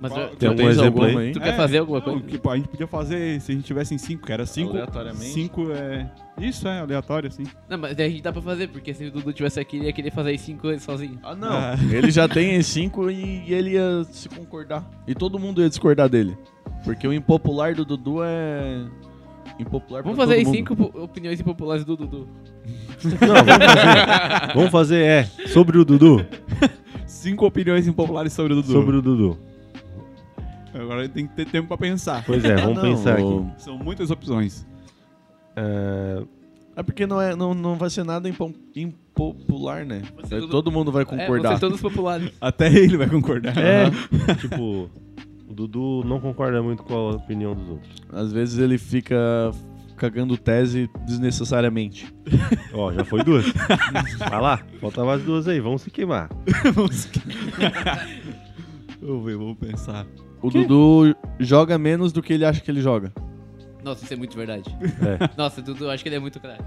[SPEAKER 3] Mas eu-
[SPEAKER 1] Tem
[SPEAKER 2] Tu
[SPEAKER 1] algum
[SPEAKER 2] tens
[SPEAKER 1] exemplo
[SPEAKER 2] alguma
[SPEAKER 1] aí?
[SPEAKER 3] Tu quer fazer alguma coisa?
[SPEAKER 4] Ah, que, pô, tipo, a gente podia fazer se a gente tivesse em cinco, que era cinco.
[SPEAKER 2] Aleatoriamente?
[SPEAKER 4] Cinco é. Isso é aleatório, assim.
[SPEAKER 3] Não, mas daí a gente dá pra fazer, porque se o Dudu tivesse aqui, ele ia querer fazer as cinco coisas sozinho.
[SPEAKER 2] Ah, não.
[SPEAKER 4] Ah.
[SPEAKER 2] Ele já tem as cinco e ele ia se concordar. E todo mundo ia discordar dele. Porque o impopular do Dudu é. Impopular
[SPEAKER 3] Vamos
[SPEAKER 2] pra
[SPEAKER 3] fazer
[SPEAKER 2] todo mundo.
[SPEAKER 3] as cinco po- opiniões impopulares do Dudu. É,
[SPEAKER 1] Não, vamos fazer. Vamos fazer, é. Sobre o Dudu.
[SPEAKER 4] Cinco opiniões impopulares sobre o Dudu.
[SPEAKER 1] Sobre o Dudu.
[SPEAKER 4] Agora tem que ter tempo pra pensar.
[SPEAKER 1] Pois é,
[SPEAKER 2] Ah,
[SPEAKER 1] vamos
[SPEAKER 2] não,
[SPEAKER 1] pensar
[SPEAKER 2] o-
[SPEAKER 1] aqui.
[SPEAKER 4] São muitas opções.
[SPEAKER 1] Ah,
[SPEAKER 2] É porque não, é, não, não vai ser nada impo- impopular, né?
[SPEAKER 3] Você
[SPEAKER 2] É,
[SPEAKER 3] todo-
[SPEAKER 2] Todo mundo vai
[SPEAKER 3] É,
[SPEAKER 2] concordar.
[SPEAKER 3] vocês todos populares.
[SPEAKER 4] Até ele vai concordar.
[SPEAKER 2] É,
[SPEAKER 1] tipo, o Dudu não concorda muito com a opinião dos outros.
[SPEAKER 2] às vezes ele fica cagando tese desnecessariamente.
[SPEAKER 1] Ó, já foi duas. Vai lá, faltava as duas aí, vamos se queimar.
[SPEAKER 4] Vamos ver, vamos pensar.
[SPEAKER 2] O Dudu joga menos do que ele acha que ele joga.
[SPEAKER 3] Nossa, isso é muito verdade.
[SPEAKER 1] É.
[SPEAKER 3] Nossa, Dudu, eu acho que ele é muito craque.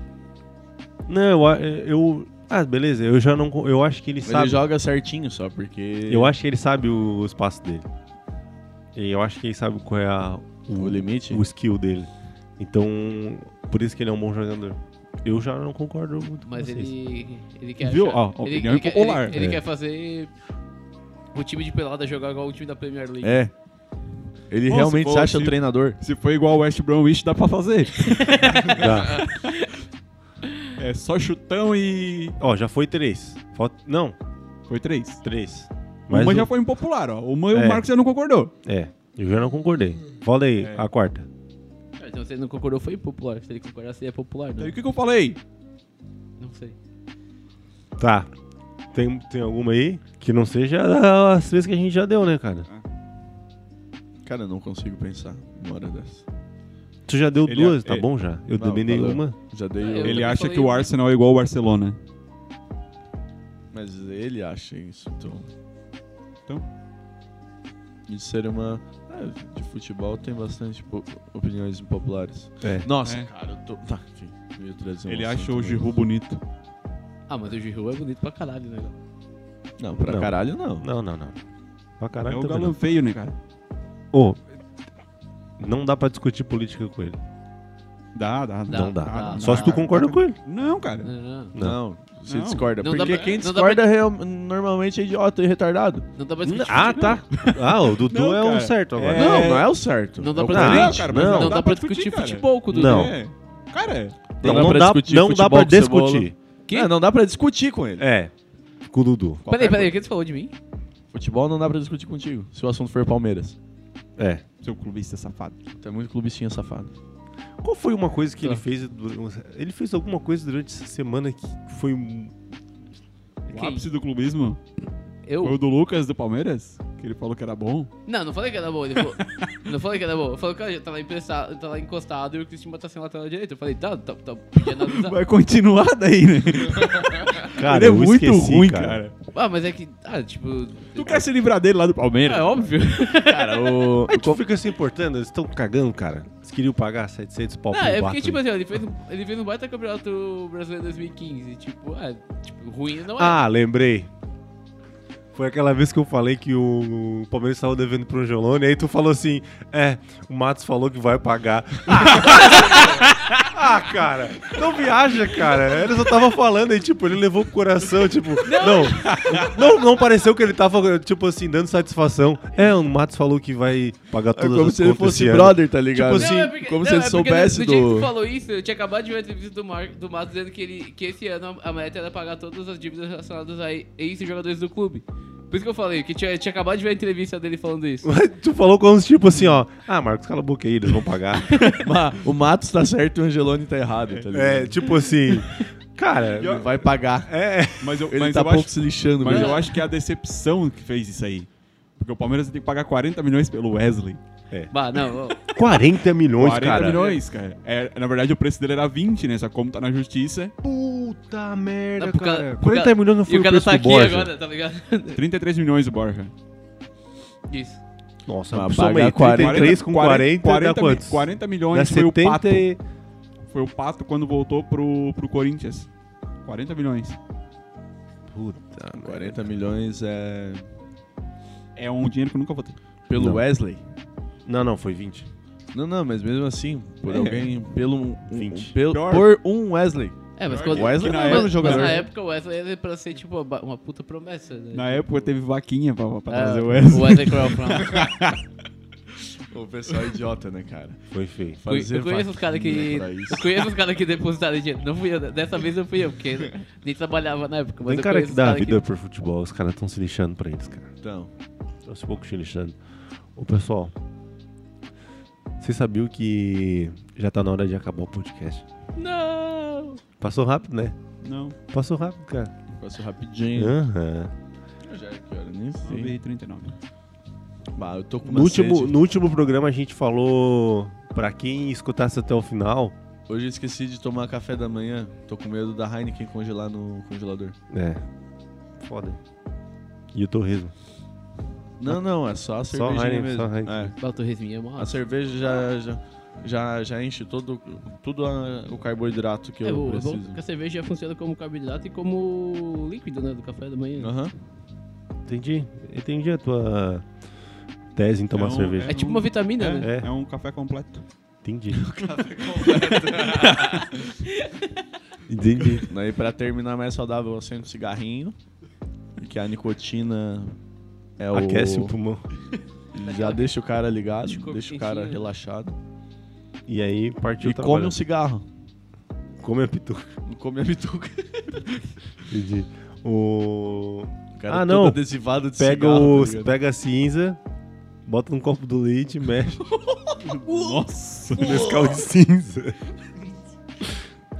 [SPEAKER 1] Não, eu. a- eu- ah, beleza, eu já não. con- Eu acho que ele
[SPEAKER 2] Mas
[SPEAKER 1] sabe.
[SPEAKER 2] Ele joga certinho só, porque
[SPEAKER 1] Eu acho que ele sabe o, o espaço dele. E eu acho que ele sabe qual é a-
[SPEAKER 2] o
[SPEAKER 1] o,
[SPEAKER 2] limite.
[SPEAKER 1] o skill dele. Então, por isso que ele é um bom jogador. Eu já não concordo muito
[SPEAKER 3] Mas
[SPEAKER 1] com vocês.
[SPEAKER 3] ele. Ele quer.
[SPEAKER 4] Viu?
[SPEAKER 3] achar-
[SPEAKER 4] Ó,
[SPEAKER 3] ele,
[SPEAKER 4] opinião
[SPEAKER 3] ele quer-
[SPEAKER 4] impopular.
[SPEAKER 3] ele- ele
[SPEAKER 1] É.
[SPEAKER 3] quer fazer o time de pelada jogar igual o time da Premier League.
[SPEAKER 2] É. Ele
[SPEAKER 4] Bom, se
[SPEAKER 2] realmente se
[SPEAKER 4] for
[SPEAKER 2] acha
[SPEAKER 4] assim-
[SPEAKER 2] treinador.
[SPEAKER 4] Se for igual o West Bromwich, dá pra fazer.
[SPEAKER 1] Tá.
[SPEAKER 4] É só chutão e.
[SPEAKER 1] Ó, já foi três. Falta- Não,
[SPEAKER 4] Foi três.
[SPEAKER 1] três.
[SPEAKER 4] uma
[SPEAKER 1] o-
[SPEAKER 4] já foi impopular, ó. Uma
[SPEAKER 1] É.
[SPEAKER 4] o Marcos já não concordou.
[SPEAKER 1] É, eu já não concordei. Fala aí,
[SPEAKER 4] É.
[SPEAKER 1] a quarta.
[SPEAKER 3] Ah, Então se ele não concordou, foi impopular. Se ele concordar, seria popular.
[SPEAKER 4] Daí
[SPEAKER 3] Não,
[SPEAKER 4] o que, que eu falei?
[SPEAKER 3] não sei.
[SPEAKER 1] Tá. Tem, tem alguma aí que não seja a- as três que a gente já deu, né, cara?
[SPEAKER 2] Cara, eu não consigo pensar uma hora dessa.
[SPEAKER 1] Tu já deu
[SPEAKER 4] Ele-
[SPEAKER 1] duas, tá
[SPEAKER 4] ele-
[SPEAKER 1] bom já. Eu
[SPEAKER 2] Não,
[SPEAKER 1] também dei
[SPEAKER 2] valeu.
[SPEAKER 1] uma.
[SPEAKER 2] Já dei.
[SPEAKER 3] Eu
[SPEAKER 4] ele
[SPEAKER 3] também
[SPEAKER 4] acha
[SPEAKER 3] falei
[SPEAKER 4] que o
[SPEAKER 3] uma.
[SPEAKER 4] Arsenal é igual o Barcelona.
[SPEAKER 2] Mas ele acha isso, então.
[SPEAKER 4] Então?
[SPEAKER 2] Isso seria uma. Ah, de futebol tem bastante po- tipo, opiniões impopulares.
[SPEAKER 1] É.
[SPEAKER 2] Nossa,
[SPEAKER 4] É.
[SPEAKER 2] cara, eu tô. Tá, enfim. Meio trazer um
[SPEAKER 4] Ele
[SPEAKER 2] assunto
[SPEAKER 4] achou o
[SPEAKER 2] meio-
[SPEAKER 4] Giru bonito.
[SPEAKER 3] Ah, mas o Giru é bonito pra caralho, né?
[SPEAKER 2] Não, pra
[SPEAKER 1] Não.
[SPEAKER 2] caralho não.
[SPEAKER 1] Não, não, não. Pra
[SPEAKER 4] é
[SPEAKER 1] caralho
[SPEAKER 4] o
[SPEAKER 1] também
[SPEAKER 4] galã feio, né, cara?
[SPEAKER 1] não. Ô, não dá pra discutir política com ele.
[SPEAKER 4] Dá,
[SPEAKER 3] Dá,
[SPEAKER 4] dá, dá.
[SPEAKER 1] Ah, não dá.
[SPEAKER 3] dá,
[SPEAKER 1] Só
[SPEAKER 3] dá.
[SPEAKER 1] se tu concorda com ele.
[SPEAKER 4] Não, cara.
[SPEAKER 3] Não,
[SPEAKER 2] Não, se
[SPEAKER 4] Não.
[SPEAKER 2] discorda.
[SPEAKER 3] Não dá
[SPEAKER 2] Porque
[SPEAKER 3] pra-
[SPEAKER 2] quem
[SPEAKER 3] não dá
[SPEAKER 2] discorda real- normalmente é idiota e retardado.
[SPEAKER 3] não dá pra discutir. né?
[SPEAKER 1] Ah, tá. Ah, o Dudu
[SPEAKER 4] Não,
[SPEAKER 1] é o
[SPEAKER 4] cara.
[SPEAKER 1] certo agora.
[SPEAKER 4] É.
[SPEAKER 2] Não, não é o certo.
[SPEAKER 3] Não dá
[SPEAKER 2] É o
[SPEAKER 3] pra
[SPEAKER 2] contrário.
[SPEAKER 1] Não,
[SPEAKER 3] discutir.
[SPEAKER 1] cara,
[SPEAKER 4] mas
[SPEAKER 1] não.
[SPEAKER 3] Não, dá pra discutir
[SPEAKER 4] cara.
[SPEAKER 3] futebol com o Dudu.
[SPEAKER 1] Não.
[SPEAKER 4] É. Cara, é.
[SPEAKER 1] Não,
[SPEAKER 2] Não dá
[SPEAKER 1] não
[SPEAKER 2] pra
[SPEAKER 1] dá,
[SPEAKER 2] discutir
[SPEAKER 1] não dá
[SPEAKER 2] futebol
[SPEAKER 1] pra
[SPEAKER 2] com cebola.
[SPEAKER 1] discutir.
[SPEAKER 3] Quê?
[SPEAKER 2] É, não dá pra discutir com ele.
[SPEAKER 1] É, com o Dudu.
[SPEAKER 3] Peraí,
[SPEAKER 2] Qualquer
[SPEAKER 3] peraí,
[SPEAKER 2] coisa.
[SPEAKER 3] o que você falou de mim?
[SPEAKER 2] Futebol não dá pra discutir contigo, se o assunto for Palmeiras.
[SPEAKER 1] É.
[SPEAKER 4] Seu clubista safado.
[SPEAKER 2] Tem muito clubistinha safado.
[SPEAKER 1] Qual foi uma coisa que
[SPEAKER 3] Tá.
[SPEAKER 1] ele fez? durante- Ele fez alguma coisa durante essa semana que foi. um-
[SPEAKER 4] O
[SPEAKER 3] Quem?
[SPEAKER 4] ápice do clubismo
[SPEAKER 3] Eu?
[SPEAKER 4] foi o do Lucas do Palmeiras, que ele falou que era bom.
[SPEAKER 3] Não, não falei que era bom. Ele falou, não falei que era bom. Eu falei que tá lá, emprestado, tá lá encostado e o Cristiano tá sem lateral direito. Eu falei, tá, tá, tá. Podia analisar.
[SPEAKER 4] Vai continuar daí, né?
[SPEAKER 1] Cara,
[SPEAKER 4] ele é
[SPEAKER 1] eu
[SPEAKER 4] muito
[SPEAKER 1] esqueci,
[SPEAKER 4] ruim,
[SPEAKER 1] cara.
[SPEAKER 4] cara.
[SPEAKER 3] Ah, mas é que. Ah, tipo.
[SPEAKER 4] Tu quer se livrar dele lá do Palmeiras?
[SPEAKER 3] É óbvio.
[SPEAKER 2] Cara, o.
[SPEAKER 1] Mas tu fica se importando, eles estão cagando, cara. Eles queriam pagar 700 pau
[SPEAKER 3] Não,
[SPEAKER 1] pro
[SPEAKER 3] é
[SPEAKER 1] Bato.
[SPEAKER 3] porque, tipo assim, ó, ele fez, um- ele fez um baita campeonato brasileiro 2015. Tipo, ah, tipo, ruim não é.
[SPEAKER 1] Ah, lembrei. Foi aquela vez que eu falei que o Palmeiras estava devendo pro Angelone, aí tu falou assim, é, o Matos falou que vai pagar. ah, cara, não viaja, cara. Ele só tava falando aí, tipo, ele levou pro coração, tipo, não, não, não pareceu que ele tava, tipo assim, dando satisfação. É, o Matos falou que vai pagar
[SPEAKER 2] É
[SPEAKER 1] todas
[SPEAKER 2] como
[SPEAKER 1] as
[SPEAKER 2] se ele
[SPEAKER 1] contas esse
[SPEAKER 2] fosse
[SPEAKER 1] ano.
[SPEAKER 2] brother, tá ligado?
[SPEAKER 1] Tipo assim,
[SPEAKER 3] é porque-
[SPEAKER 2] como se ele
[SPEAKER 3] é porque
[SPEAKER 2] soubesse
[SPEAKER 3] no, no dia que
[SPEAKER 2] do-
[SPEAKER 3] tu falou isso, eu tinha acabado de ver a entrevista do, Mar, do Matos dizendo que, ele, que esse ano a meta era pagar todas as dívidas relacionadas a ex jogadores do clube. Por isso que eu falei, que tinha, tinha acabado de ver a entrevista dele falando isso.
[SPEAKER 1] Mas tu falou como se, tipo assim, ó, ah, Marcos, cala a boca aí, eles vão pagar.
[SPEAKER 2] Ma- o Matos tá certo e o Angeloni tá errado, tá
[SPEAKER 1] É,
[SPEAKER 2] ligado?
[SPEAKER 1] tipo assim. Cara,
[SPEAKER 2] Ele vai pagar.
[SPEAKER 1] é.
[SPEAKER 4] Mas eu,
[SPEAKER 2] Ele
[SPEAKER 4] mas
[SPEAKER 2] tá
[SPEAKER 4] eu
[SPEAKER 2] pouco
[SPEAKER 4] acho,
[SPEAKER 2] se lixando,
[SPEAKER 4] mas
[SPEAKER 1] né?
[SPEAKER 2] velho.
[SPEAKER 4] eu acho que é a decepção que fez isso aí. Porque o Palmeiras tem que pagar 40 milhões pelo Wesley.
[SPEAKER 3] Bah, não, ó. é
[SPEAKER 1] 40 milhões,
[SPEAKER 4] 40
[SPEAKER 1] cara.
[SPEAKER 4] milhões, cara. É, na verdade, o preço dele era 20, né? Só que como tá na justiça,
[SPEAKER 1] Puta merda,
[SPEAKER 3] Não, por causa- por
[SPEAKER 1] 40
[SPEAKER 3] causa-
[SPEAKER 1] milhões não
[SPEAKER 3] E
[SPEAKER 1] foi
[SPEAKER 3] o
[SPEAKER 1] o
[SPEAKER 3] cara
[SPEAKER 1] preço
[SPEAKER 3] tá
[SPEAKER 1] do
[SPEAKER 3] aqui
[SPEAKER 4] né?
[SPEAKER 1] Borja.
[SPEAKER 3] agora, tá ligado?
[SPEAKER 4] 33 milhões o Borja.
[SPEAKER 3] Isso.
[SPEAKER 1] Nossa,
[SPEAKER 2] Mas
[SPEAKER 1] soma aí,
[SPEAKER 2] pagar
[SPEAKER 1] 33 com 40,
[SPEAKER 4] 40
[SPEAKER 1] dá quantos?
[SPEAKER 4] mi- 40 milhões
[SPEAKER 1] dá
[SPEAKER 4] foi
[SPEAKER 1] 70
[SPEAKER 4] o Pato.
[SPEAKER 1] e...
[SPEAKER 4] Foi o Pato quando voltou pro, pro Corinthians. 40 milhões.
[SPEAKER 1] Puta,
[SPEAKER 2] 40 milhões é.
[SPEAKER 4] É um dinheiro que eu nunca vou ter.
[SPEAKER 2] Pelo
[SPEAKER 1] Não.
[SPEAKER 2] Wesley?
[SPEAKER 1] Não, não, foi 20.
[SPEAKER 2] Não, não, mas mesmo assim, por
[SPEAKER 4] É.
[SPEAKER 2] alguém. Pelo um. um-
[SPEAKER 1] 20.
[SPEAKER 2] pelo-
[SPEAKER 4] Pior.
[SPEAKER 2] por um Wesley.
[SPEAKER 3] É, mas
[SPEAKER 4] Pior
[SPEAKER 3] quando.
[SPEAKER 4] que-
[SPEAKER 2] Wesley
[SPEAKER 4] que
[SPEAKER 2] não
[SPEAKER 4] na
[SPEAKER 2] era um
[SPEAKER 3] mas, mas
[SPEAKER 2] jogador.
[SPEAKER 3] na época o Wesley era pra ser, tipo, uma, uma puta promessa. Né?
[SPEAKER 4] Na época teve vaquinha pra, pra
[SPEAKER 3] É,
[SPEAKER 4] trazer Ah, o Wesley.
[SPEAKER 3] Crowell.
[SPEAKER 2] O pessoal é idiota, né, cara?
[SPEAKER 1] Foi feio.
[SPEAKER 2] Fazer
[SPEAKER 3] Eu conheço os caras que.
[SPEAKER 2] vaquinha pra isso.
[SPEAKER 3] Eu conheço os caras que depositaram dinheiro. Não fui eu, dessa vez não fui eu, porque nem trabalhava na época. Mas
[SPEAKER 1] Tem
[SPEAKER 3] eu
[SPEAKER 1] cara
[SPEAKER 3] conheço
[SPEAKER 1] que
[SPEAKER 3] os
[SPEAKER 1] dá a
[SPEAKER 3] cara
[SPEAKER 1] vida pro futebol, os caras estão se lixando pra eles, cara.
[SPEAKER 2] Então,
[SPEAKER 1] Estão se pouco se lixando. Ô, pessoal, vocês sabiam que já tá na hora de acabar o podcast?
[SPEAKER 3] Que... Não!
[SPEAKER 1] Passou rápido, né?
[SPEAKER 4] Não,
[SPEAKER 1] Passou rápido, cara.
[SPEAKER 2] passou rapidinho.
[SPEAKER 1] Aham.
[SPEAKER 2] Já é que hora, nem sei.
[SPEAKER 4] 9,39.
[SPEAKER 2] Bah, eu tô com uma
[SPEAKER 1] No último,
[SPEAKER 2] sede.
[SPEAKER 1] no último programa a gente falou pra quem escutasse até o final.
[SPEAKER 2] Hoje eu esqueci de tomar café da manhã. Tô com medo da Heineken congelar no congelador.
[SPEAKER 1] É. Foda. E o torresmo.
[SPEAKER 2] Não, não, é só a
[SPEAKER 1] Ah. Só
[SPEAKER 2] cervejinha
[SPEAKER 1] Heineken,
[SPEAKER 2] mesmo.
[SPEAKER 1] só Heineken.
[SPEAKER 2] É,
[SPEAKER 3] Bah, O torresminho é mó.
[SPEAKER 2] a cerveja já, já, já, já enche todo, tudo a- o carboidrato que
[SPEAKER 3] É
[SPEAKER 2] eu
[SPEAKER 3] bom, é
[SPEAKER 2] preciso.
[SPEAKER 3] bom que a cerveja já funciona como carboidrato e como líquido, né? Do café da manhã.
[SPEAKER 2] Aham.
[SPEAKER 1] Entendi. Entendi a tua tese em tomar
[SPEAKER 4] É um-
[SPEAKER 1] cerveja.
[SPEAKER 3] É tipo uma vitamina, né?
[SPEAKER 1] É.
[SPEAKER 4] É. é um café completo.
[SPEAKER 2] é.
[SPEAKER 1] Entendi. Entendi.
[SPEAKER 2] Daí pra terminar mais saudável, eu acendo um cigarrinho. Que a nicotina é o.
[SPEAKER 1] Aquece um o pulmão.
[SPEAKER 2] Já deixa o cara ligado,
[SPEAKER 3] Deixa o corpo
[SPEAKER 2] deixa o cara
[SPEAKER 3] quentinho.
[SPEAKER 2] relaxado.
[SPEAKER 1] E aí partiu
[SPEAKER 2] E
[SPEAKER 1] o
[SPEAKER 2] come
[SPEAKER 1] trabalho.
[SPEAKER 2] um cigarro.
[SPEAKER 1] Come a pituca.
[SPEAKER 2] Não come a bituca.
[SPEAKER 1] Entendi. O...
[SPEAKER 2] O
[SPEAKER 1] Ah,
[SPEAKER 2] cara todo
[SPEAKER 1] não.
[SPEAKER 2] adesivado de
[SPEAKER 1] Pega,
[SPEAKER 2] cigarro.
[SPEAKER 1] o...
[SPEAKER 2] tá ligado?
[SPEAKER 1] Pega a cinza, bota num copo do leite, mexe.
[SPEAKER 4] Nossa!
[SPEAKER 1] Nescau de cinza.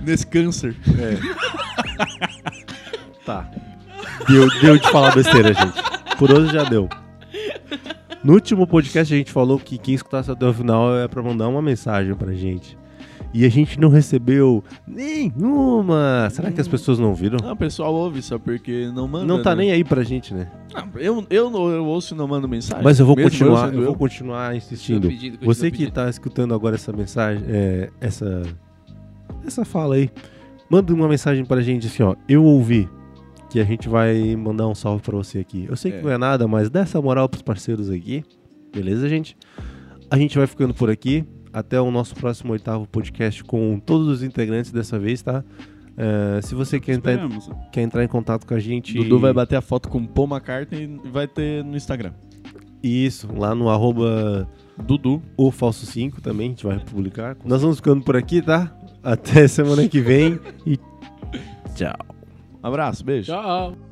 [SPEAKER 2] Nesse câncer.
[SPEAKER 1] É. Tá. Deu, deu de falar besteira, gente. Por hoje já deu. No último podcast a gente falou que quem escutasse até o final é pra mandar uma mensagem pra gente. E a gente não recebeu nenhuma. Será que as pessoas não viram?
[SPEAKER 2] Ah, o pessoal ouve só porque não manda.
[SPEAKER 1] Não tá
[SPEAKER 2] né?
[SPEAKER 1] nem aí pra gente, né?
[SPEAKER 2] Ah, eu, eu, não- eu ouço e não mando mensagem.
[SPEAKER 1] Mas eu vou
[SPEAKER 2] Ah, Mesmo
[SPEAKER 1] continuar,
[SPEAKER 2] sendo
[SPEAKER 1] eu vou continuar
[SPEAKER 3] Continua
[SPEAKER 1] insistindo.
[SPEAKER 3] pedindo, continua
[SPEAKER 1] Você que
[SPEAKER 3] pedindo.
[SPEAKER 1] tá escutando agora essa mensagem, é, essa essa fala aí, manda uma mensagem pra gente assim, ó. Eu ouvi. Que a gente vai mandar um salve pra você aqui. Eu sei que
[SPEAKER 2] É.
[SPEAKER 1] não é nada, mas dá essa moral pros parceiros aqui. Beleza, gente? A gente vai ficando por aqui. Até o nosso próximo oitavo podcast com todos os integrantes dessa vez, tá? É, se você quer
[SPEAKER 4] tá-
[SPEAKER 1] entrar, em-
[SPEAKER 4] Esperamos.
[SPEAKER 1] quer entrar em contato com a gente.
[SPEAKER 2] Dudu vai bater a foto com Paul McCartney e vai ter no Instagram.
[SPEAKER 1] Isso, lá no arroba
[SPEAKER 2] Dudu.
[SPEAKER 1] o Falso 5 também, a gente vai publicar. Nós vamos ficando por aqui, tá? Até semana que vem e
[SPEAKER 2] Abraço, beijo.
[SPEAKER 3] Tchau.